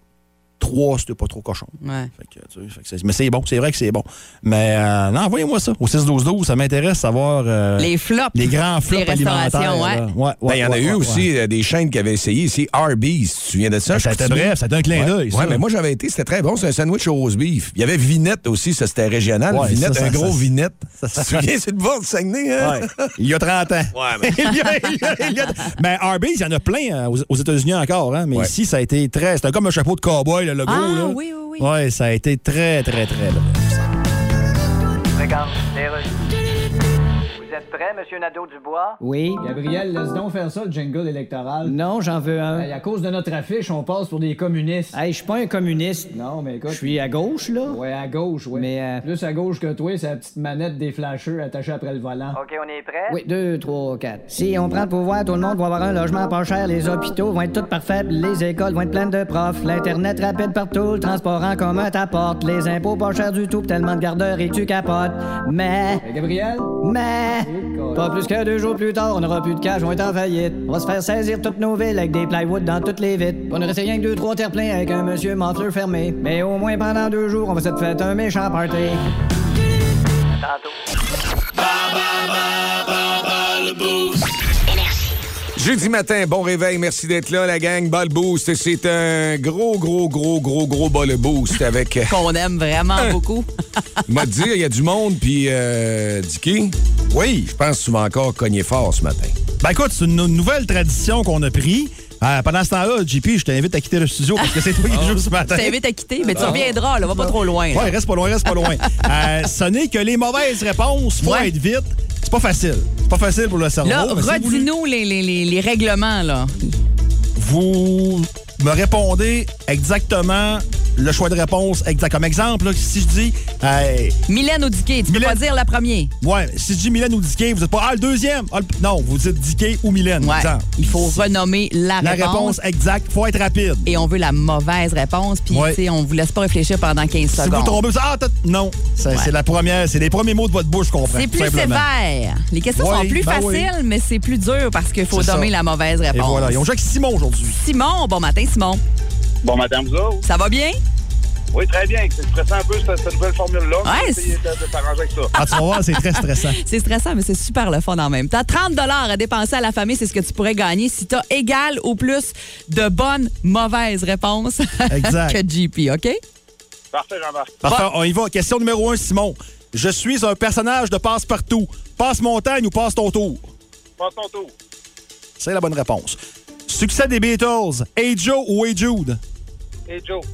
S5: Trois, c'était pas trop cochon.
S4: Ouais.
S5: Fait que, tu sais, fait que c'est- mais c'est bon, c'est vrai que c'est bon. Mais euh, non, envoyez-moi ça au 6-12-12, ça m'intéresse de savoir. euh,
S4: Les flops.
S5: Les grands flops
S4: Les restaurations,
S5: alimentaires. là.
S4: ouais.
S5: Ouais,
S3: Ben, Il
S5: ouais,
S3: y en a
S5: ouais,
S3: eu
S5: ouais, Ben,
S3: aussi euh, des chaînes qui avaient essayé ici, Arby's. Tu te souviens de ça?
S5: Ça a été bref, ça a été un clin d'œil,
S3: Ouais,
S5: ça.
S3: mais moi, j'avais été, c'était très bon. C'est un sandwich au rose beef. Il y avait Vinette aussi, ça, c'était régional.
S5: Ouais,
S3: vinette,
S5: ça, ça,
S3: un gros
S5: ça,
S3: Vinette.
S5: ça, ça,
S3: tu te souviens, c'est de bord de Saguenay, hein?
S5: [LAUGHS]
S3: [LAUGHS]
S5: Ouais. Il y a 30 ans.
S3: mais. [LAUGHS]
S5: [LAUGHS] il y a- il y a- il y a- Mais Arby's, il y en a plein euh, aux- aux États-Unis encore, hein, mais
S3: Ouais.
S5: ici, ça a été très. C'était comme un chapeau de cowboy, le logo.
S4: Ah,
S5: là.
S4: oui, oui, oui.
S5: Ouais, ça a été très, très, très. là.
S13: Regarde, les Vous êtes prêts, Monsieur Nadeau-Dubois?
S10: Oui. Gabriel, laisse donc faire ça, le jingle électoral. Non, j'en veux un. à cause de notre affiche, on passe pour des communistes. Hey, je suis pas un communiste. Non, mais écoute. Je suis à gauche, là? Ouais, à gauche, ouais. Mais euh, plus à gauche que toi, c'est la petite manette des flasheurs attachée après le volant.
S13: OK, on est prêts?
S10: Oui, deux, trois, quatre. Si on prend le pouvoir, tout le monde va avoir un logement pas cher, les hôpitaux vont être toutes parfaits, les écoles vont être pleines de profs, l'Internet rapide partout, le transport en commun t'apporte, les impôts pas chers du tout, pis tellement de gardeurs et tu capotes. Mais... Gabriel? Mais... Pas plus que deux jours plus tard, on n'aura plus de cash, on va être en faillite. On va se faire saisir toutes nos villes avec des plywood dans toutes les vitres. On aurait rien que deux, trois terre-pleins avec un monsieur manteleur fermé. Mais au moins pendant deux jours, on va se faire un méchant party.
S3: Jeudi matin, bon réveil, merci d'être là, la gang. Ball Boost, c'est un gros, gros, gros, gros, gros Ball Boost avec. euh, [LAUGHS]
S4: Qu'on aime
S5: [LAUGHS]
S4: vraiment beaucoup.
S3: m'a dit, il y a du monde, puis euh, Dicky. Oui. Je pense que tu vas encore cogner fort ce matin.
S5: Ben écoute, c'est une nouvelle tradition qu'on a pris. Euh, pendant ce temps-là, JP, je t'invite à quitter le studio parce que c'est toi
S3: Ah.
S5: qui joues ce
S4: Je
S5: matin.
S4: t'invite à quitter, mais tu reviendras, là, va pas trop loin. là.
S5: Ah. Ouais, reste pas loin, reste
S4: [LAUGHS]
S5: pas loin. Euh, ce n'est que les mauvaises réponses. Faut être vite. C'est pas facile. C'est pas facile pour le cerveau.
S4: Là,
S5: mais si vous-
S4: redis-nous les, les- les- les règlements, là.
S5: vous me répondez exactement le choix de réponse exact. Comme exemple, là, si je dis. euh,
S4: Mylène ou Dicky, tu peux pas dire la première.
S5: ouais, si je dis Mylène ou Dicky, vous dites pas Ah, le deuxième. Ah, le- Non, vous dites Dicky ou Mylène.
S4: Ouais.
S5: exemple.
S4: Il faut renommer la,
S5: La réponse exacte. faut être rapide.
S4: Et on veut la mauvaise réponse, puis
S5: Ouais.
S4: tu sais, on vous laisse pas réfléchir pendant 15
S5: Si
S4: secondes.
S5: vous tombez, vous dites, Ah, t'as- non. Ça, C'est la première, c'est les premiers mots de votre bouche, je comprends.
S4: C'est
S5: tout
S4: plus
S5: simplement.
S4: sévère. Les questions
S5: Oui,
S4: sont plus
S5: ben oui.
S4: faciles, mais c'est plus dur parce qu'il faut
S5: C'est ça.
S4: nommer la mauvaise
S5: Et
S4: réponse.
S5: voilà. Ils ont joué avec Simon aujourd'hui.
S4: Simon, bon matin, Simon.
S14: Bon matin, vous autres.
S4: Ça va bien?
S14: Oui, très bien. C'est stressant un peu, cette, cette nouvelle formule-là. On va
S4: Ouais,
S14: essayer de, de s'arranger avec ça.
S5: Ah, tu vas voir,
S4: [LAUGHS]
S5: c'est très stressant.
S4: C'est stressant, mais c'est super le fun en même temps. 30 à dépenser à la famille, c'est ce que tu pourrais gagner si tu as égal ou plus de bonnes, mauvaises réponses [LAUGHS]
S5: Exact.
S4: que JP, OK?
S14: Parfait, Jean-Marc.
S5: Parfait, on y va. Question numéro un, Simon. Je suis un personnage de passe-partout. Passe-montagne ou passe ton tour?
S14: Passe ton tour.
S5: C'est la bonne réponse. Succès des Beatles, Hey Joe ou Hey Jude?
S14: Et Joe.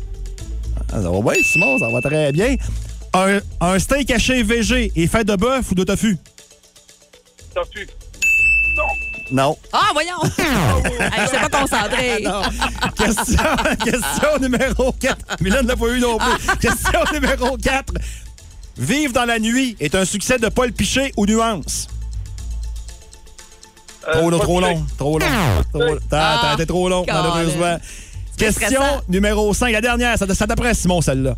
S5: Ah, ça va bien, Simon, ça va très bien. Un, un steak haché VG est fait de bœuf ou de tofu?
S14: Tofu. Non.
S5: Non.
S4: Ah,
S5: [LAUGHS]
S4: voyons! Hey, Je sais pas concentrée.
S5: Ah, Question, [LAUGHS] question numéro 4. Mylène l'a pas eu non plus. Question numéro 4. Vivre dans la nuit est un succès de Paul Piché ou Nuance? trop long, trop long, trop long. Trop long. T'as t'as été trop long,
S3: Ah,
S5: malheureusement.
S3: Colin.
S4: C'est
S5: Question
S4: stressant.
S5: numéro 5, la dernière. Ça, ça t'apprête, Simon, celle-là.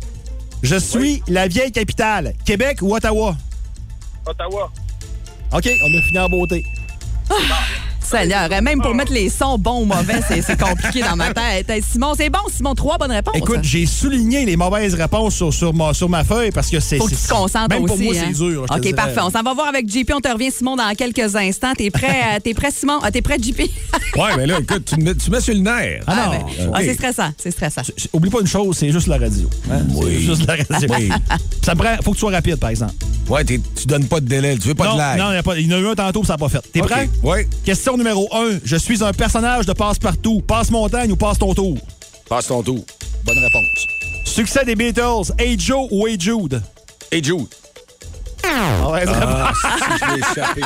S5: Je suis la vieille capitale, Québec ou Ottawa?
S14: Ottawa.
S5: OK, on a fini en beauté.
S4: Seigneur, et
S5: Oh.
S4: même pour mettre les sons bons ou mauvais, c'est c'est compliqué dans ma tête. Hey, Simon, c'est bon, Simon, trois bonnes réponses.
S5: Écoute, j'ai souligné les mauvaises réponses sur, sur ma, sur ma feuille parce que c'est.
S4: Faut que tu
S5: c'est-
S4: te concentres
S5: Même
S4: aussi.
S5: pour moi,
S4: hein.
S5: c'est dur. je te
S4: OK,
S5: dirais.
S4: parfait. On s'en va voir avec JP. On te revient, Simon, dans quelques instants. T'es
S5: [LAUGHS]
S4: prêt, euh, t'es prêt, Simon? Ah, T'es prêt, JP?
S3: Ouais, mais là, écoute, tu me mets, tu me mets sur le nerf.
S4: [LAUGHS] Ah, ben,
S3: OK.
S4: ah, c'est stressant, c'est stressant.
S5: Oublie pas une chose, Euh, c'est juste la radio. hein. C'est [LAUGHS] juste la radio.
S3: Oui.
S5: Ça me prend, faut que tu sois rapide, par exemple.
S3: Ouais, t'es- tu donnes pas de délai, tu veux pas
S5: non,
S3: de lag.
S5: non, il y a pas- il y en a eu un tantôt, puis ça n'a pas fait. T'es
S3: OK.
S5: prêt?
S3: Oui.
S5: Question numéro 1. Je suis un personnage de Passe-Partout. Passe-Montagne ou Passe-Ton-Tour?
S3: Passe ton tour.
S5: Bonne réponse. Succès des Beatles, Hey Joe ou Hey Jude?
S3: Hey Jude.
S5: Mauvaise
S3: Ah,
S5: réponse.
S3: si, je l'ai échappé.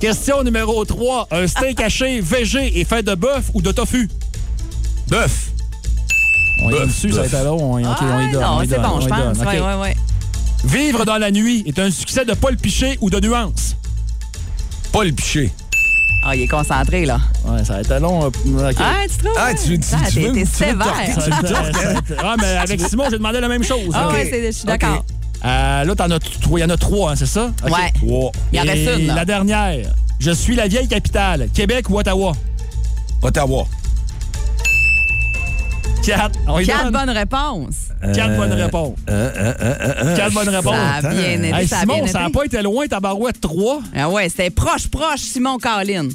S5: Question numéro 3.
S3: [LAUGHS]
S5: Un steak haché végé est fait de bœuf ou de tofu?
S3: Bœuf.
S5: On y
S3: Bœuf,
S5: va dessus, ça va
S3: bœuf.
S5: être long. On
S4: Ah!
S5: y, ok, on y donne.
S4: non,
S5: on y
S4: c'est
S5: donne,
S4: bon,
S5: on y
S4: je pense.
S5: donne,
S4: Ouais,
S5: ok.
S4: ouais, ouais.
S5: Vivre dans la nuit est un succès de Paul Piché ou de Nuance?
S3: Paul Piché.
S4: Ah, il est concentré, là.
S5: Ouais, ça va être long. euh, ok.
S4: Ah, tu trouves?
S3: [LAUGHS] Ah, tu- tu-
S4: Ah,
S3: tu veux- tu
S4: t'es- t'es
S3: veux me
S4: sévère.
S3: torquer, tu me torques.
S5: [LAUGHS] Ah, mais avec Simon, j'ai demandé la même chose.
S4: Ah,
S5: hein.
S4: ouais, c'est- je suis d'accord.
S5: OK. Euh, là, t'en as t- trois. Il y en a trois, hein, c'est ça? OK.
S4: Ouais.
S5: Trois.
S4: Il en
S5: Et
S4: reste une, là.
S5: La dernière. Je suis la vieille capitale. Québec ou Ottawa?
S3: Ottawa.
S5: Quatre. On y
S4: Quatre
S5: donne?
S4: bonnes réponses.
S5: Quatre bonnes réponses.
S4: euh,
S5: Quatre bonnes réponses.
S4: Ça a bien été,
S5: Hey,
S4: ça a
S5: Simon,
S4: bien
S5: ça n'a
S4: été.
S5: pas été loin, ta barouette 3.
S4: Ah ouais, c'était proche, proche, Simon Carlin.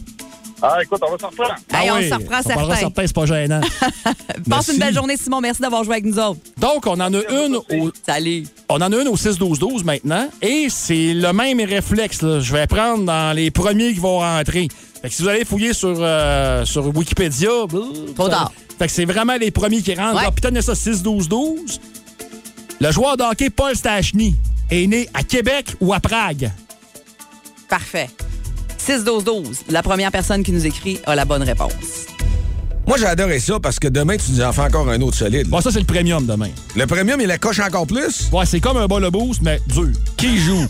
S14: Ah, écoute, on va s'en reprendre.
S4: Hey, on
S5: Ah oui,
S4: se reprend
S5: On parlera
S4: certains.
S5: certain, c'est
S4: [LAUGHS]
S5: pas gênant.
S4: Passe
S5: Merci.
S4: une belle journée, Simon. Merci d'avoir joué avec nous autres.
S5: Donc, on en a une au... On en a une au 6-12-12 maintenant. Et c'est le même réflexe. là. Je vais prendre dans les premiers qui vont rentrer. Fait que si vous allez fouiller sur, euh, sur Wikipédia... Trop
S4: tard.
S5: Fait que c'est vraiment les premiers qui rentrent.
S4: Ouais.
S5: Ah, putain, il y a ça 6-12-12. Le joueur de hockey Paul Stachny est né à Québec ou à Prague?
S4: Parfait. 6-12-12. La première personne qui nous écrit a la bonne réponse.
S3: Moi, j'ai adoré ça parce que demain, tu nous en fais encore un autre solide.
S5: Bon, ça, c'est le premium demain.
S3: Le premium, il la coche encore plus?
S5: Ouais, c'est comme un bol de boost, mais dur. Qui joue?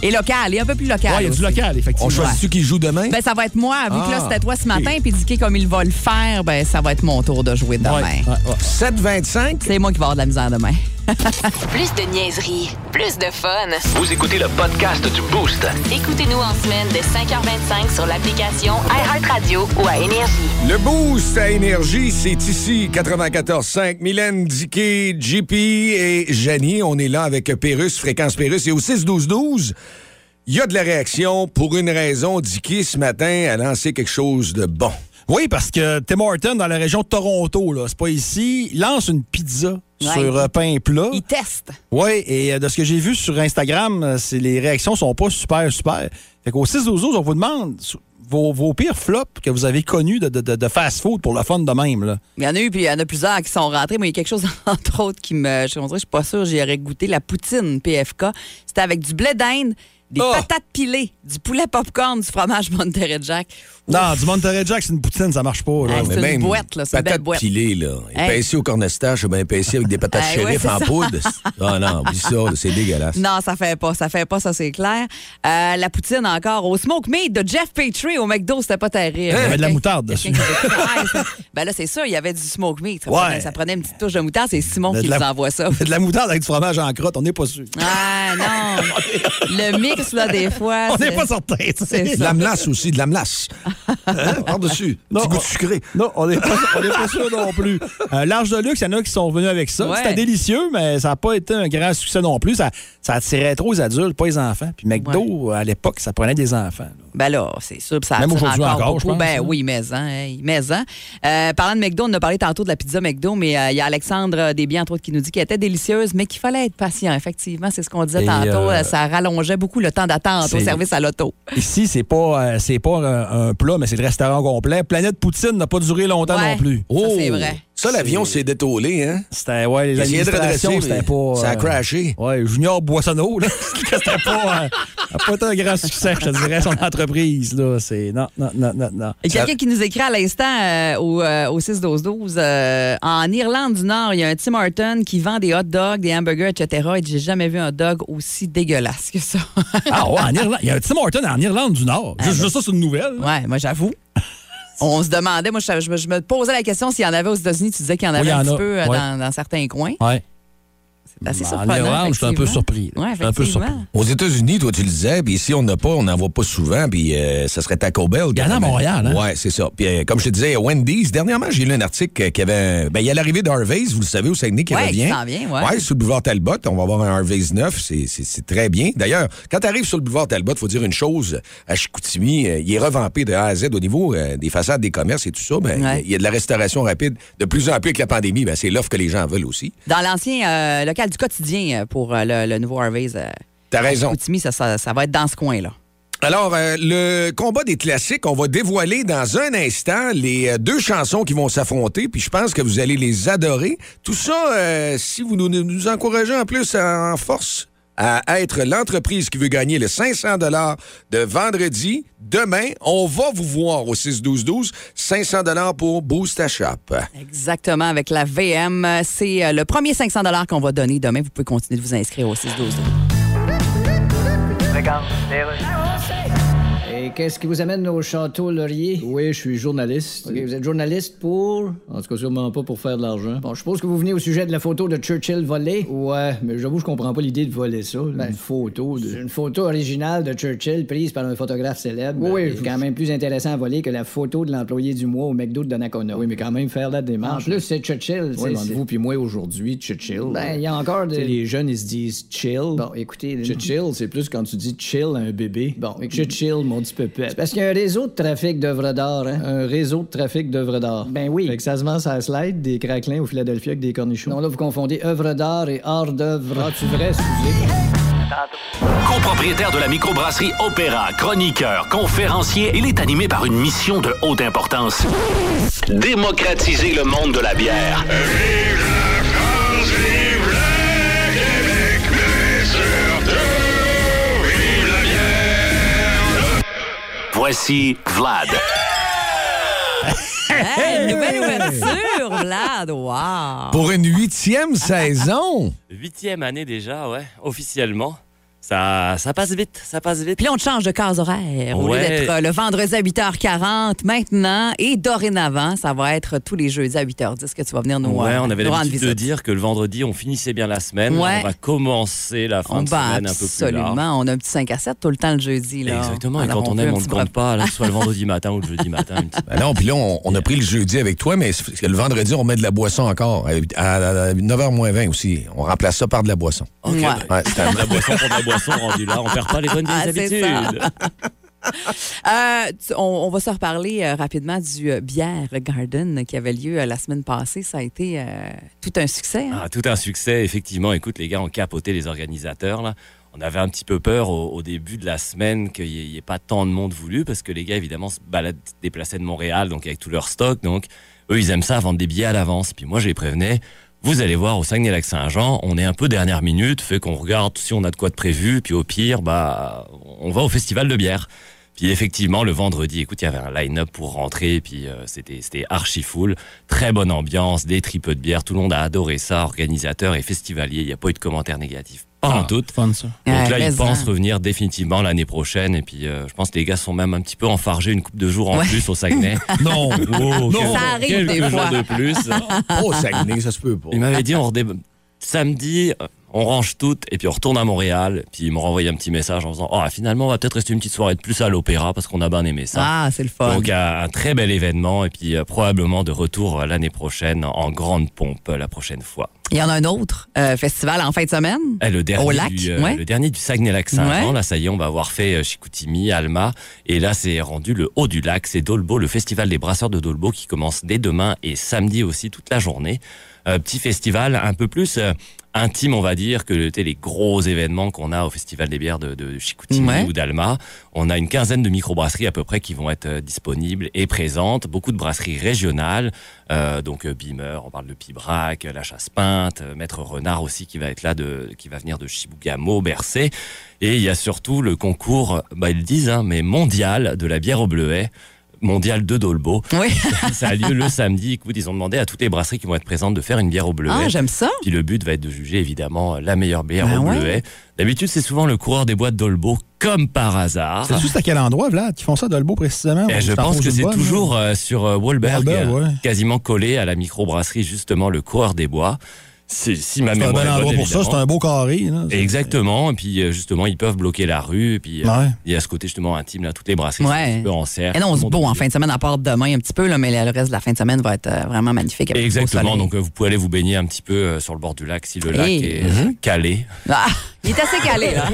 S4: Et local, et un peu plus local.
S5: Ouais, il y a
S4: aussi.
S5: du local, effectivement.
S3: On choisit qui joue demain?
S4: Ben, ça va être moi, vu que là,
S3: Ah,
S4: c'était toi ce
S3: ok.
S4: matin, puis dit que comme il va le faire, ben, ça va être mon tour de jouer demain.
S3: 7,25?
S4: C'est moi qui vais avoir de la misère demain.
S1: Plus de niaiserie, plus de fun.
S2: Vous écoutez le podcast du Boost.
S1: Écoutez-nous en semaine de 5h25 sur l'application iHeartRadio ou à Énergie.
S3: Le boost à énergie, c'est ici, 94.5. Mylène Dickey, JP et Janie, on est là avec Pérus, Fréquence Pérus. Et au 6-12-12, il y a de la réaction. Pour une raison, Dickey, ce matin, a lancé quelque chose de bon.
S5: Oui, parce que Tim Horton, dans la région de Toronto, là, c'est pas ici, lance une pizza
S4: Ouais.
S5: sur euh, pain plat.
S4: Il teste.
S5: Oui, et euh, de ce que j'ai vu sur Instagram, euh, c'est- les réactions sont pas super, super. Fait qu'au 6 12 on vous demande sou- vos, vos pires flops que vous avez connus de, de- de- de fast-food pour le fun de même. Là.
S4: Il y en a eu, puis il y en a plusieurs qui sont rentrés, mais il y a quelque chose, [LAUGHS] entre autres, qui me. Je ne suis pas sûre, j'y aurais goûté la poutine PFK. C'était avec du blé d'Inde, des
S5: Oh!
S4: patates pilées, du poulet popcorn, du fromage Monterey Jack.
S5: Non, du Monterey Jack, c'est une poutine, ça marche pas. Là.
S4: Ah, c'est une boîte, là, c'est une
S3: patate
S4: belle boîte.
S3: pilée, là.
S4: Hey.
S3: Épincée au cornestage, ben épincée avec des patates
S4: Eh ouais,
S3: shérif
S4: c'est
S3: en
S4: ça.
S3: poudre. Ah non, oublie ça, là,
S4: [LAUGHS]
S3: c'est dégueulasse.
S4: Non, ça fait pas, ça fait pas, ça c'est clair. Euh, la poutine encore au smoke meat de Jeff Petrie au McDo, c'était pas terrible.
S5: Eh, Il y avait de la moutarde dessus.
S4: ben là, c'est sûr, il y avait du smoke meat. Ça,
S5: Ouais.
S4: prenait, ça prenait une petite touche de moutarde. C'est Simon
S5: Mais
S4: qui
S5: de la-
S4: nous envoie
S5: [LAUGHS]
S4: ça.
S5: De la moutarde avec du fromage en crotte, on n'est pas sûr.
S4: Ah non! Le mix, là, des fois.
S5: on n'est
S4: c'est-
S5: pas certain.
S4: c'est
S3: De
S4: ça.
S3: l'amelasse aussi, de l'amelasse. Hein, Par-dessus.
S5: Non,
S3: Petit goût
S5: on-
S3: de sucré.
S5: Non, on n'est pas, on est pas sûr non plus. Euh, L'Arche de luxe, il y en a qui sont revenus avec ça.
S4: Ouais.
S5: C'était délicieux, mais ça n'a pas été un grand succès non plus. Ça, ça attirait trop les adultes, pas les enfants. Puis McDo, à l'époque, ça prenait des enfants. là.
S4: Ben là, c'est sûr. puis Ça
S5: Même
S4: attire
S5: aujourd'hui encore,
S4: beaucoup.
S5: je pense,
S4: Ben
S5: hein.
S4: oui, mais hein, hey, mais hein. Euh, parlant de McDo, on a parlé tantôt de la pizza McDo, mais euh, il y a Alexandre Desbiens, entre autres, qui nous dit qu'elle était délicieuse, mais qu'il fallait être patient. Effectivement, c'est ce qu'on disait
S5: Et,
S4: tantôt.
S5: euh,
S4: ça rallongeait beaucoup le temps d'attente au
S5: c'est-
S4: service à l'auto.
S5: Ici, c'est pas, euh, c'est pas un, un plat, mais c'est le restaurant complet. Planète Poutine n'a pas duré longtemps
S4: Ouais,
S5: non plus. Oh!
S4: ça, c'est vrai.
S3: Oh! Ça, l'avion s'est détollé, hein?
S5: C'était, ouais, les
S3: Essayez de
S5: administrations,
S3: redresser,
S5: c'était
S3: mais
S5: pas... euh,
S3: Ça a crashé.
S5: Ouais, Junior Boissonneau, là, [LAUGHS] c'était pas, euh, a pas été un grand succès, je te dirais, son entreprise, là. C'est... Non, non, non, non, non.
S4: Il y a Quelqu'un qui nous écrit à l'instant euh, au, euh, au 6-12-12. euh, en Irlande du Nord, il y a un Tim Horton qui vend des hot dogs, des hamburgers, etc. Et dit, j'ai jamais vu un dog aussi dégueulasse que ça. [LAUGHS]
S5: Ah ouais, en Irlande. Il y a un Tim Horton en Irlande du Nord. Juste,
S4: Ah,
S5: juste ça, c'est une nouvelle.
S4: Ouais,
S3: [LAUGHS]
S4: moi, j'avoue. On se demandait, moi, je, je me- je me posais la question s'il y en avait aux États-Unis. Tu disais qu'il y en
S5: Oui,
S4: avait
S5: il y
S4: un
S5: en
S4: petit
S5: a,
S4: peu euh,
S5: ouais.
S4: dans, dans certains coins.
S5: Ouais.
S4: Ah, C'est assez
S3: Ben,
S4: surprenant.
S3: en Irlande, j'étais un peu
S4: effectivement.
S3: surpris, là.
S4: Ouais,
S3: J'étais un peu
S4: effectivement.
S3: Aux États-Unis, toi, tu le disais, puis ici, on n'a pas, on n'en voit pas souvent, puis euh, ça serait Taco Bell. Il y en a à Montréal, hein? Ouais, c'est ça. Puis euh, comme je te disais, Wendy's, dernièrement, j'ai lu un article euh, qui avait. Ben, il y a l'arrivée d'Harvey's, vous le savez, au Saguenay qui
S4: Ouais, qui
S3: revient.
S4: s'en vient, ouais.
S3: sur le boulevard Talbot, on va avoir un Harvey's neuf, c'est- c'est c'est très bien. D'ailleurs, quand tu arrives sur le boulevard Talbot, faut dire une chose, à Chicoutimi, euh, il est revampé de A à Z au niveau euh, des façades des commerces et tout ça. Ben, il y a- il y a de la restauration rapide. De plus en plus avec la pandémie, ben, c'est l'offre que les gens veulent aussi.
S4: Dans l'ancien euh, local du quotidien euh, pour euh, le, le nouveau Harvey's. euh,
S3: T'as raison.
S4: à Chicoutimi, ça, ça- ça va être dans ce coin-là.
S3: Alors, euh, le combat des classiques, on va dévoiler dans un instant les euh, deux chansons qui vont s'affronter, puis je pense que vous allez les adorer. Tout ça, euh, si vous nous, nous encouragez en plus à- en force à être l'entreprise qui veut gagner le 500 de vendredi, demain, on va vous voir au 6-12-12, 500 pour Boost à Shop.
S4: Exactement, avec la VM. euh, C'est euh, le premier 500 qu'on va donner demain. Vous pouvez continuer de vous inscrire au 6-12.
S13: Regarde,
S10: Et qu'est-ce qui vous amène au château Laurier? Oui, je suis journaliste. OK, vous êtes journaliste pour? En tout cas, sûrement pas pour faire de l'argent. Bon, je suppose que vous venez au sujet de la photo de Churchill volée. Ouais, mais j'avoue, je comprends pas l'idée de voler ça. une photo de... Une photo originale de Churchill prise par un photographe célèbre. Oui, c'est quand même plus intéressant à voler que la photo de l'employé du mois au McDo de Donnacona. Oui, mais quand même faire la démarche. En plus, c'est Churchill.
S12: Oui, mais entre vous puis moi aujourd'hui, Churchill.
S10: Ben, il y a encore des...
S12: Tu sais, Les jeunes, ils se disent chill.
S10: Bon, écoutez...
S12: Chill, c'est plus quand tu dis chill à un bébé. Bon, chill, mon petit pépette.
S10: C'est parce qu'il y a un réseau de trafic d'œuvres d'art, hein? Un réseau de trafic d'œuvres d'art. Ben oui. Fait que ça se vend ça slide, des craquelins au Philadelphia avec des cornichons. Non, là, vous confondez œuvres d'art et art d'œuvre. Ah, tu vrai,
S2: Copropriétaire de la microbrasserie Opéra, chroniqueur, conférencier, il est animé par une mission de haute importance. Démocratiser le monde de la bière. Voici Vlad.
S4: Hey, nouvelle ouverture, Vlad. Wow.
S3: Pour une huitième saison!
S15: Huitième année déjà, ouais, officiellement. Ça, ça passe vite, ça passe vite.
S4: Puis là, on te change de case horaire. Au lieu
S15: Ouais.
S4: d'être euh, le vendredi à 8h40 maintenant et dorénavant, ça va être euh, tous les jeudis à 8h10 que tu vas venir nous,
S15: Ouais,
S4: euh,
S15: on avait
S4: nous rendre
S15: l'habitude de
S4: visite.
S15: dire que le vendredi, on finissait bien la semaine.
S4: Ouais.
S15: On va commencer la fin
S4: On
S15: de
S4: va
S15: semaine un peu plus
S4: absolument.
S15: large.
S4: on a un petit 5 à 7 tout le temps le jeudi. Là.
S15: Exactement, et
S4: Alors,
S15: quand on
S4: peut
S15: aime,
S4: un
S15: on ne
S4: petit
S15: compte
S4: repas.
S15: pas, là, soit le vendredi matin ou le jeudi matin. une petite-
S3: Ben non, puis là, on, on a pris le jeudi avec toi, mais c'est- le vendredi, on met de la boisson encore. Euh, À, à- à 9h moins 20 aussi. On remplace ça par de la boisson.
S15: Ok, ben,
S3: Ouais, c'est un-
S15: de la boisson pour de la boisson rendue là, on perd pas les bonnes
S4: Ah, c'est
S15: vieilles
S4: ça.
S15: habitudes.
S4: Euh, tu- on, on va se reparler euh, rapidement du euh, Bière Garden qui avait lieu euh, la semaine passée. Ça a été euh, tout un succès. hein.
S15: Ah, tout un succès, effectivement. Écoute, les gars ont capoté les organisateurs. Là. On avait un petit peu peur au, au début de la semaine qu'il n'y ait, il y ait pas tant de monde voulu parce que les gars, évidemment, se baladent, se déplaçaient de Montréal, donc avec tout leur stock. Donc, eux, ils aiment ça, vendre des billets à l'avance. Puis moi, je les prévenais. Vous allez voir, au Saguenay-Lac-Saint-Jean, on est un peu dernière minute, fait qu'on regarde si on a de quoi de prévu, puis au pire, bah, on va au festival de bière. Puis effectivement, le vendredi, écoute, il y avait un line-up pour rentrer, puis euh, c'était, c'était archi full. Très bonne ambiance, des tripes de bière, tout le monde a adoré ça, organisateurs et festivaliers, il n'y a pas eu de commentaires négatifs. Pas Ah,
S4: Ah.
S15: en tout. Donc
S5: Ouais,
S15: là,
S4: Euh,
S5: mais
S15: ils pensent
S5: hein.
S15: revenir définitivement l'année prochaine, et puis euh, je pense que les gars sont même un petit peu enfargés une coupe de jours en
S4: Ouais.
S15: plus au Saguenay.
S4: [LAUGHS] Non.
S15: Oh,
S4: Ça
S15: quel-
S4: arrive
S15: quelques
S4: des
S15: jours
S4: fois.
S15: de plus.
S4: Pas au Saguenay,
S3: ça se peut pas.
S15: Il m'avait dit, on redé- samedi, euh, on range tout et puis on retourne à Montréal. Puis il m'a renvoyé un petit message en disant, oh, finalement, on va peut-être rester une petite soirée de plus à l'opéra parce qu'on a bien aimé ça.
S4: Ah, c'est le fun.
S15: Donc euh, un, un très bel événement et puis euh, probablement de retour euh, l'année prochaine en grande pompe euh, la prochaine fois.
S4: Il y en a un autre euh, festival en fin de semaine.
S15: Eh, le dernier
S4: Au lac,
S15: du, euh,
S4: ouais.
S15: le dernier du Saguenay-Lac-Saint-Jean,
S4: Ouais.
S15: là ça y est, on va avoir fait euh, Chicoutimi, Alma, et là c'est rendu le haut du lac, c'est Dolbo, le festival des brasseurs de Dolbo qui commence dès demain et samedi aussi toute la journée. euh, petit festival un peu plus euh, intime, on va dire, que tu sais, les gros événements qu'on a au Festival des bières de, de Chicoutimi
S4: Ouais.
S15: ou d'Alma. On a une quinzaine de microbrasseries à peu près qui vont être euh, disponibles et présentes. Beaucoup de brasseries régionales, euh, donc euh, Beamer, on parle de Pibrac, euh, La Chasse-Pinte, euh, Maître Renard aussi qui va être là, de, qui va venir de Chibougamau, Bercé. Et il y a surtout le concours, bah, ils le disent, hein, mais mondial de la bière au bleuet. Mondial de Dolbo. [LAUGHS] ça a lieu le samedi. Écoute, ils ont demandé à toutes les brasseries qui vont être présentes de faire une bière au bleuet.
S4: Ah, j'aime ça.
S15: Puis le but va être de juger évidemment la meilleure bière
S16: Ben
S15: au
S16: ouais.
S15: bleuet. D'habitude, c'est souvent le coureur des bois de Dolbo, comme par hasard.
S16: C'est juste à quel endroit, Vlad, qui font ça, Dolbo, précisément?
S15: Et Ben, je
S16: Ça
S15: pense
S16: pose
S15: que
S16: une
S15: c'est
S16: bonne, hein.
S15: toujours euh, sur euh, Wahlberg,
S16: Wahlberg, ouais.
S15: quasiment collé à la microbrasserie, justement, le coureur des bois. Si, si ma
S16: hein? C'est un
S15: mémoire
S16: bon
S15: est bonne,
S16: endroit pour ça,
S15: évidemment.
S16: c'est un beau carré. là.
S15: Exactement. Et puis, euh, justement, ils peuvent bloquer la rue. Et puis, euh,
S16: Ouais.
S15: il y a ce côté, justement, intime, là, toutes les brasseries sont
S4: Ouais.
S15: un petit peu en serre.
S4: Et non, on
S15: Tout
S4: se
S15: le monde
S4: beau en fin de semaine, à part demain un petit peu, là, mais le reste de la fin de semaine va être euh, vraiment magnifique. avec du beau
S15: Exactement.
S4: soleil.
S15: Donc, euh, vous pouvez aller vous baigner un petit peu euh, sur le bord du lac si le lac
S4: Et-
S15: est euh, calé.
S4: Ah, il est assez calé, là.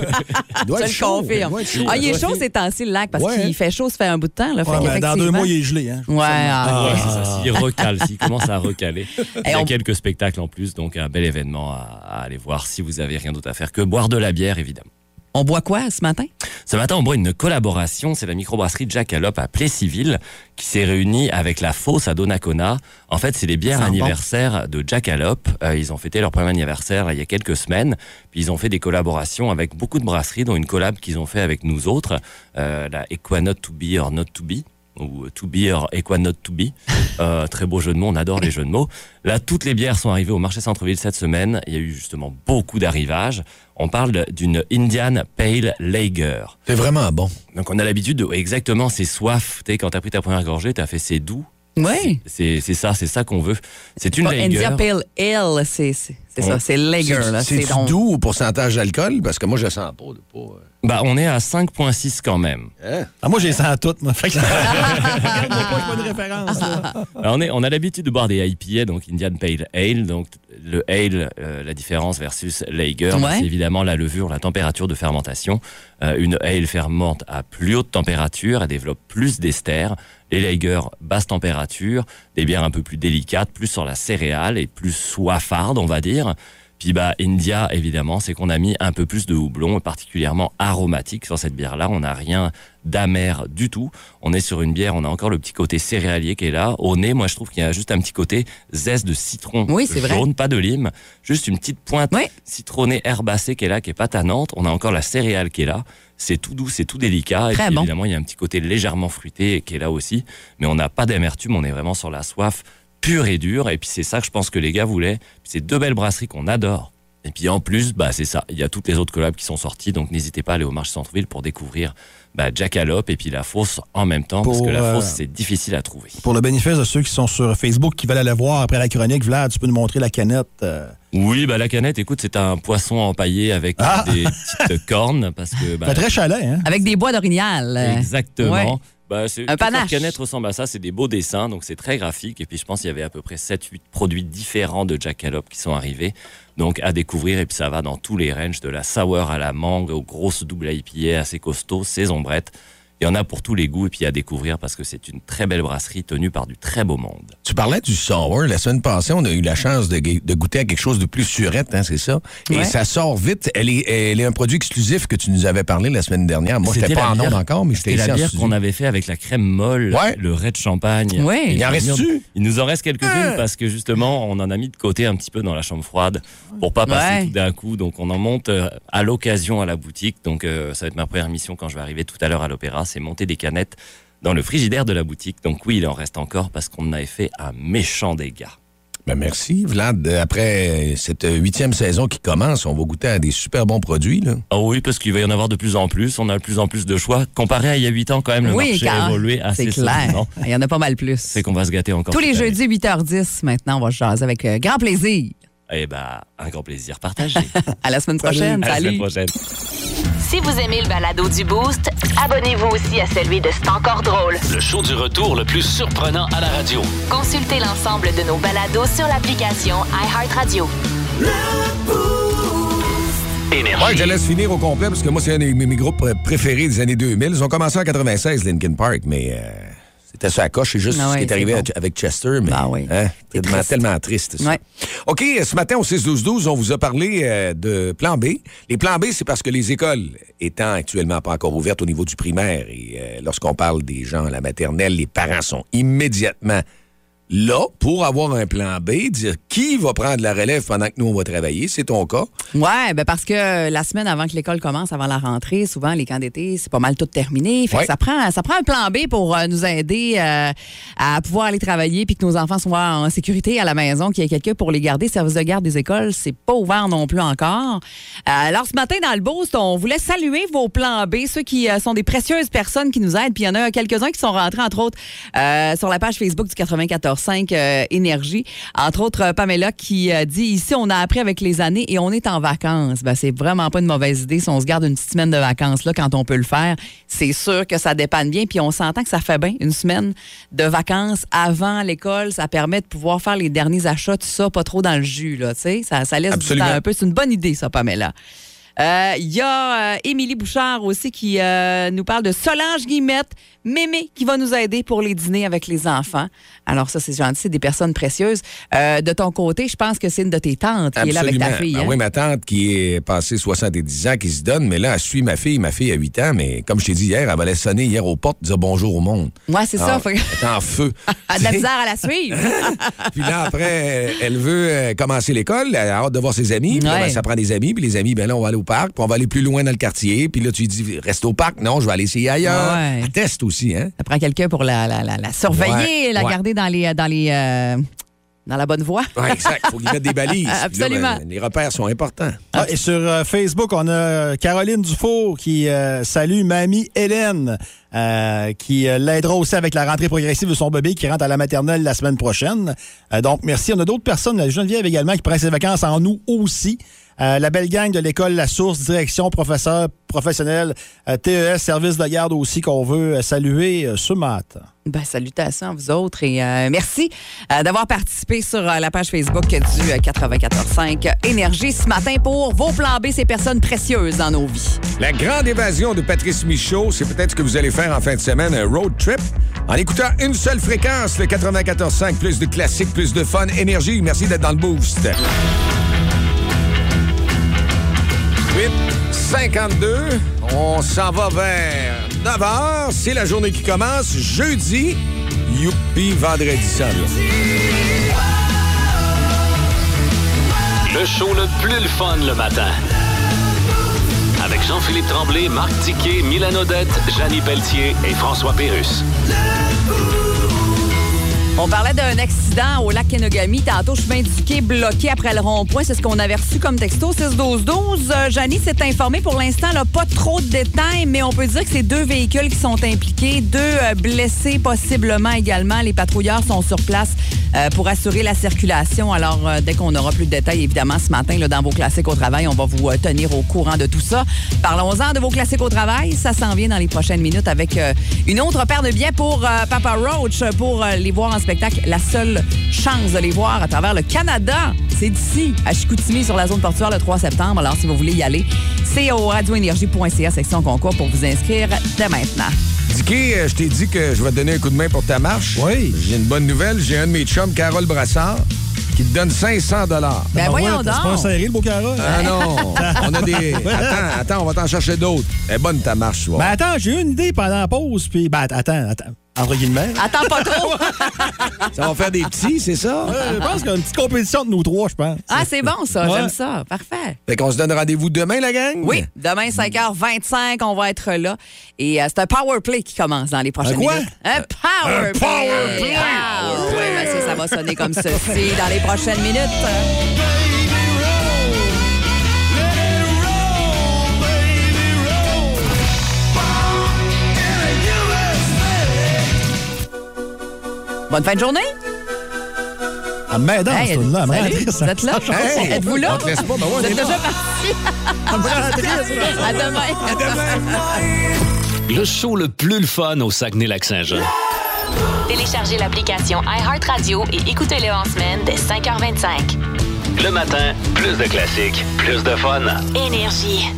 S15: doit
S4: Je
S15: être
S4: le
S15: chaud, [LAUGHS] il
S4: confirme.
S15: doit être chaud,
S4: ah,
S15: il
S4: il est
S15: doit
S4: chaud
S15: être-
S4: ces temps-ci, le lac, parce
S15: Ouais.
S4: qu'il fait chaud, ça fait un bout de temps. Là,
S16: Ouais, mais dans deux mois, il est gelé. Hein.
S4: Ouais, ah,
S15: Ouais,
S4: ouais.
S15: c'est ça. S'il recale, s'il commence
S4: [LAUGHS]
S15: à recaler. Il y a
S4: on-
S15: quelques spectacles en plus, donc un bel événement à, à aller voir si vous avez rien d'autre à faire que boire de la bière, évidemment.
S4: On boit quoi ce matin?
S15: Ce matin, on boit une collaboration. C'est la microbrasserie Jackalope à Plessisville qui s'est réunie avec la Fosse à Donacona. En fait, c'est les bières
S16: Ça en
S15: anniversaires de Jackalope. Euh, ils ont fêté leur premier anniversaire là, il y a quelques semaines. Puis ils ont fait des collaborations avec beaucoup de brasseries, dont une collab qu'ils ont fait avec nous autres, euh, la Equanot to be or not to be ou to be or Equanot to be. Euh, très beau jeu de mots, on adore les jeux de mots. Là, toutes les bières sont arrivées au marché centre-ville cette semaine. Il y a eu justement beaucoup d'arrivages. On parle de- d'une Indian Pale Lager.
S3: C'est vraiment bon.
S15: Donc on a l'habitude de exactement ces soifs. Tu sais, quand t'as pris ta première gorgée, t'as fait c'est doux.
S4: Oui.
S15: C'est c'est ça, c'est ça qu'on veut. C'est une Oh.
S4: Pas
S15: lager.
S4: India Pale Ale, c'est c'est- c'est ça, c'est Lager. là.
S3: C'est
S4: donc-
S3: doux au pourcentage d'alcool parce que moi je le sens pas.
S15: Bah on est à 5.6 quand même.
S16: Ah, moi, j'ai ça à tout. Moi. Fait que-
S15: Alors, on, est- on a l'habitude de boire des IPA, donc Indian Pale Ale. Donc le ale, euh, la différence versus lager, bah,
S17: Ouais.
S15: c'est évidemment la levure, la température de fermentation. Euh, une ale fermente à plus haute température, elle développe plus d'esters. Les lager, basse température, des bières un peu plus délicates, plus sur la céréale et plus soifardes, on va dire. Puis bah India, évidemment, c'est qu'on a mis un peu plus de houblon, et particulièrement aromatique sur cette bière-là. On n'a rien d'amer du tout. On est sur une bière, on a encore le petit côté céréalier qui est là. Au nez, moi, je trouve qu'il y a juste un petit côté zeste de citron
S4: Oui, c'est
S15: jaune,
S4: vrai.
S15: pas de lime, juste une petite pointe citronnée herbacée qui est là, qui est pas tannante. On a encore la céréale qui est là. C'est tout doux, c'est tout délicat. et
S4: Très
S15: puis,
S4: bon.
S15: évidemment, il y a un petit côté légèrement fruité qui est là aussi. Mais on n'a pas d'amertume, on est vraiment sur la soif pure et dure. Et puis c'est ça que je pense que les gars voulaient. Puis, C'est deux belles brasseries qu'on adore. Et puis en plus, bah, c'est ça. Il y a toutes les autres collabs qui sont sorties. Donc n'hésitez pas à aller au marché centre-ville pour découvrir bah, Jackalope et puis La Fosse en même temps. parce
S16: Pour,
S15: que La
S16: euh,
S15: Fosse, c'est difficile à trouver.
S16: Pour le bénéfice de ceux qui sont sur Facebook, qui veulent aller voir après la chronique, Vlad, tu peux nous montrer la canette. euh,
S15: Oui, bah, la canette, écoute, c'est un poisson empaillé avec euh, des petites cornes. Parce
S5: [LAUGHS]
S15: que, bah,
S16: fait très chalet, hein?
S4: Avec des bois d'orignal. euh,
S15: Exactement.
S4: ouais.
S15: Bah, c'est-
S4: Un
S15: toute leur
S4: panache.
S15: canette ressemble à ça, c'est des beaux dessins, donc c'est très graphique. Et puis je pense qu'il y avait à peu près 7-8 produits différents de Jackalope qui sont arrivés. Donc à découvrir, et puis ça va dans tous les ranges, de la sour à la mangue, aux grosses double IPA assez costauds, ces ombrettes. Il y en a pour tous les goûts, et puis à découvrir parce que c'est une très belle brasserie tenue par du très beau monde.
S3: Tu parlais du sour. La semaine passée, on a eu la chance de, gu- de goûter à quelque chose de plus surette, hein, c'est ça?
S15: Ouais.
S3: Et ça sort vite. Elle est, elle est un produit exclusif que tu nous avais parlé la semaine dernière. Moi, j'étais
S15: C'était
S3: pas
S15: la
S3: en
S15: bière-
S3: onde encore, mais j'étais
S15: C'était
S3: ici
S15: la
S3: en
S15: bière
S3: studio.
S15: qu'on avait fait avec la crème molle, le red champagne.
S3: Ouais.
S15: Et
S3: Il en
S15: on a mis-
S3: reste-tu?
S15: Il nous en reste quelques-unes
S4: Ah.
S15: parce que justement, on en a mis de côté un petit peu dans la chambre froide pour pas passer
S4: Ouais.
S15: tout d'un coup. Donc, on en monte euh, à l'occasion à la boutique. Donc, euh, ça va être ma première mission quand je vais arriver tout à l'heure à l'opéra, c'est monter des canettes dans le frigidaire de la boutique. Donc, oui, il en reste encore parce qu'on avait fait un méchant dégât.
S3: Ben, merci, Vlad. Après cette huitième saison qui commence, on va goûter à des super bons produits. Là.
S15: Ah oui, parce qu'il va y en avoir de plus en plus. On a de plus en plus de choix. Comparé à il y a 8 ans, quand même, le
S4: Oui,
S15: marché
S4: quand-
S15: a évolué assez
S4: c'est clair. Ah,
S15: solidement.
S4: Il y en a pas mal plus.
S15: C'est qu'on va se gâter encore.
S4: Tous les
S15: cette année.
S4: jeudis, 8h10, maintenant, on va se jaser avec euh, grand plaisir.
S15: Eh ben, un grand plaisir partagé.
S4: À la semaine prochaine.
S15: À la
S4: Salut.
S15: semaine prochaine.
S1: Si vous aimez le balado du Boost, abonnez-vous aussi à celui de C'est encore drôle.
S2: Le show du retour le plus surprenant à la radio.
S1: Consultez l'ensemble de nos balados sur l'application iHeartRadio.
S3: Ouais, je laisse finir au complet parce que moi, c'est un de mes, mes groupes préférés des années 2000. Ils ont commencé en 96, Linkin Park, mais euh, C'était ça à coche, c'est juste
S4: Ah
S3: ce
S4: oui,
S3: qui est
S4: c'est
S3: arrivé
S4: bon. Ah
S3: à- avec Chester, mais hein, tellement,
S4: triste.
S3: tellement triste. ça. OK, euh, ce matin au 6-12-12, on vous a parlé euh, de plan B. Les plans B, c'est parce que les écoles étant actuellement pas encore ouvertes au niveau du primaire, et euh, lorsqu'on parle des gens à la maternelle, les parents sont immédiatement là pour avoir un plan B, dire qui va prendre la relève pendant que nous, on va travailler. C'est ton cas.
S4: Ouais, ben parce que euh, la semaine avant que l'école commence, avant la rentrée, souvent les camps d'été, c'est pas mal tout terminé. Fait que
S3: Ouais.
S4: ça prend ça prend un plan B pour euh, nous aider euh, à pouvoir aller travailler puis que nos enfants soient en sécurité à la maison, qu'il y ait quelqu'un pour les garder. Service de garde des écoles, c'est pas ouvert non plus encore. Euh, alors ce matin dans le Boost, on voulait saluer vos plans B, ceux qui euh, sont des précieuses personnes qui nous aident. Puis il y en a quelques-uns qui sont rentrés, entre autres, euh, sur la page Facebook du 94.5 euh, Énergie. Entre autres, euh, Pamela qui euh, dit Ici, on a appris avec les années et on est en vacances. Ben, c'est vraiment pas une mauvaise idée si on se garde une petite semaine de vacances là quand on peut le faire. C'est sûr que ça dépanne bien. Puis on s'entend que ça fait bien une semaine de vacances avant l'école. Ça permet de pouvoir faire les derniers achats, tout ça, pas trop dans le jus. Là, tu sais. ça, ça laisse du
S17: Absolument.
S4: temps un peu. C'est une bonne idée, ça, Pamela. Euh, Il y a euh, Émilie Bouchard aussi qui euh, nous parle de Solange Guillemette, Mémé, qui va nous aider pour les dîners avec les enfants. Alors ça, c'est gentil, c'est des personnes précieuses. Euh, de ton côté, je pense que c'est une de tes tantes qui est là avec ta fille.
S3: Ben
S4: hein?
S3: oui, ma tante qui est passée 70 ans, qui se donne, mais là, elle suit ma fille. Ma fille a 8 ans, mais comme je t'ai dit hier, elle allait sonner hier aux portes, dire bonjour au monde.
S4: hein? Ouais, c'est
S3: Ah,
S4: ça, faut- [LAUGHS]
S3: Elle est en feu.
S4: Ah, de la misère à la suivre.
S3: [LAUGHS] Puis là, après, euh, elle veut euh, commencer l'école, elle a hâte de voir ses amis. Puis là, ben,
S4: Ouais.
S3: ça prend des amis, puis les amis, ben là, on va aller au parc, puis on va aller plus loin dans le quartier. Puis là, tu lui dis, reste au parc. Non, je vais aller essayer ailleurs.
S4: Ouais.
S3: Elle teste aussi, hein?
S4: Ça prend quelqu'un pour la, la, la, la surveiller,
S3: Ouais,
S4: la
S3: ouais. Ah,
S4: garder dans les dans les euh, dans la bonne voie.
S3: Ouais, exact. Faut qu'il mette des
S4: [LAUGHS]
S3: balises. Puis là,
S4: Absolument.
S3: ben, les repères sont importants.
S16: Ah, et sur euh, Facebook, on a euh, Caroline Dufour qui euh, salue Mamie Hélène, euh, qui euh, l'aidera aussi avec la rentrée progressive de son bébé qui rentre à la maternelle la semaine prochaine. Euh, donc, merci. On a d'autres personnes. La Geneviève également qui prend ses vacances en nous aussi. Euh, la belle gang de l'école La Source, direction, professeur, professionnel, euh, TES, service de garde aussi qu'on veut euh, saluer euh, ce matin.
S4: Ben, salutations à vous autres et euh, merci euh, d'avoir participé sur euh, la page Facebook du euh, 94.5 Énergie ce matin pour vos plans B, ces personnes précieuses dans nos vies.
S3: La grande évasion de Patrice Michaud, c'est peut-être ce que vous allez faire en fin de semaine, un road trip, en écoutant une seule fréquence, le 94.5, plus de classique, plus de fun, énergie. Merci d'être dans le boost. 8, 52, on s'en va vers 9 h. C'est la journée qui commence jeudi. Youpi, vendredi ça vient.
S2: Le show le plus le fun le matin. Avec Jean-Philippe Tremblay, Marc Tiquet, Milan Odette, Janine Pelletier et François Pérus.
S4: On parlait d'un accident au lac Kenogami, tantôt chemin du quai bloqué après le rond-point. C'est ce qu'on avait reçu comme texto, 6-12-12. Euh, Janie s'est informée pour l'instant, là, pas trop de détails, mais on peut dire que c'est deux véhicules qui sont impliqués, deux euh, blessés possiblement également. Les patrouilleurs sont sur place euh, pour assurer la circulation. Alors, euh, dès qu'on aura plus de détails, évidemment, ce matin, là, dans vos classiques au travail, on va vous euh, tenir au courant de tout ça. Parlons-en de vos classiques au travail. Ça s'en vient dans les prochaines minutes avec euh, une autre paire de billets pour euh, Papa Roach pour euh, les voir en spectacle. La seule chance de les voir à travers le Canada, c'est d'ici, à Chicoutimi, sur la zone portuaire, le 3 septembre. Alors, si vous voulez y aller, c'est au radioénergie.ca, section concours, pour vous inscrire dès maintenant.
S3: Dicky, euh, je t'ai dit que je vais te donner un coup de main pour ta marche. Oui. J'ai une bonne nouvelle. J'ai un de mes chums, Carole Brassard, qui te donne 500 dollars.
S4: Ben, voyons
S16: Ah, C'est pas
S4: donc.
S16: serré, le beau Carole?
S3: Ah non, on a des... Attends, attends, on va t'en chercher d'autres. Elle est bonne ta marche, tu vois.
S16: Ben attends, j'ai eu une idée pendant la pause, puis ben attends, attends, entre guillemets.
S4: Attends pas trop.
S3: Ça va faire des petits, c'est ça?
S16: Euh, je pense qu'il y a une petite compétition de nous trois, je pense.
S4: Ah, c'est bon, ça.
S16: Ouais.
S4: J'aime ça. Parfait.
S3: Fait qu'on se donne rendez-vous demain, la gang?
S4: Oui,
S16: Hmm.
S4: demain 5h25, on va être là. Et euh, c'est un power play qui commence dans les prochaines
S3: quoi?
S4: minutes. Un power
S3: Un
S4: play.
S3: power play.
S4: Ah, oui, monsieur, ça va
S16: [LAUGHS]
S4: sonner comme ceci dans les prochaines minutes. Bonne fin de journée.
S16: Ah, mais dans
S4: Hey,
S16: ce là
S4: salut, vous êtes là?
S16: Hey,
S4: Êtes-vous là?
S16: on te laisse pas, ben ouais, on
S4: Vous
S16: est
S4: êtes
S16: là.
S4: déjà parti.
S16: là.
S4: À demain. À demain.
S2: Le show le plus le fun au Saguenay-Lac-Saint-Jean.
S1: Téléchargez l'application iHeartRadio et écoutez-le en semaine dès 5h25.
S2: Le matin, plus de classiques, plus de fun.
S1: Énergie.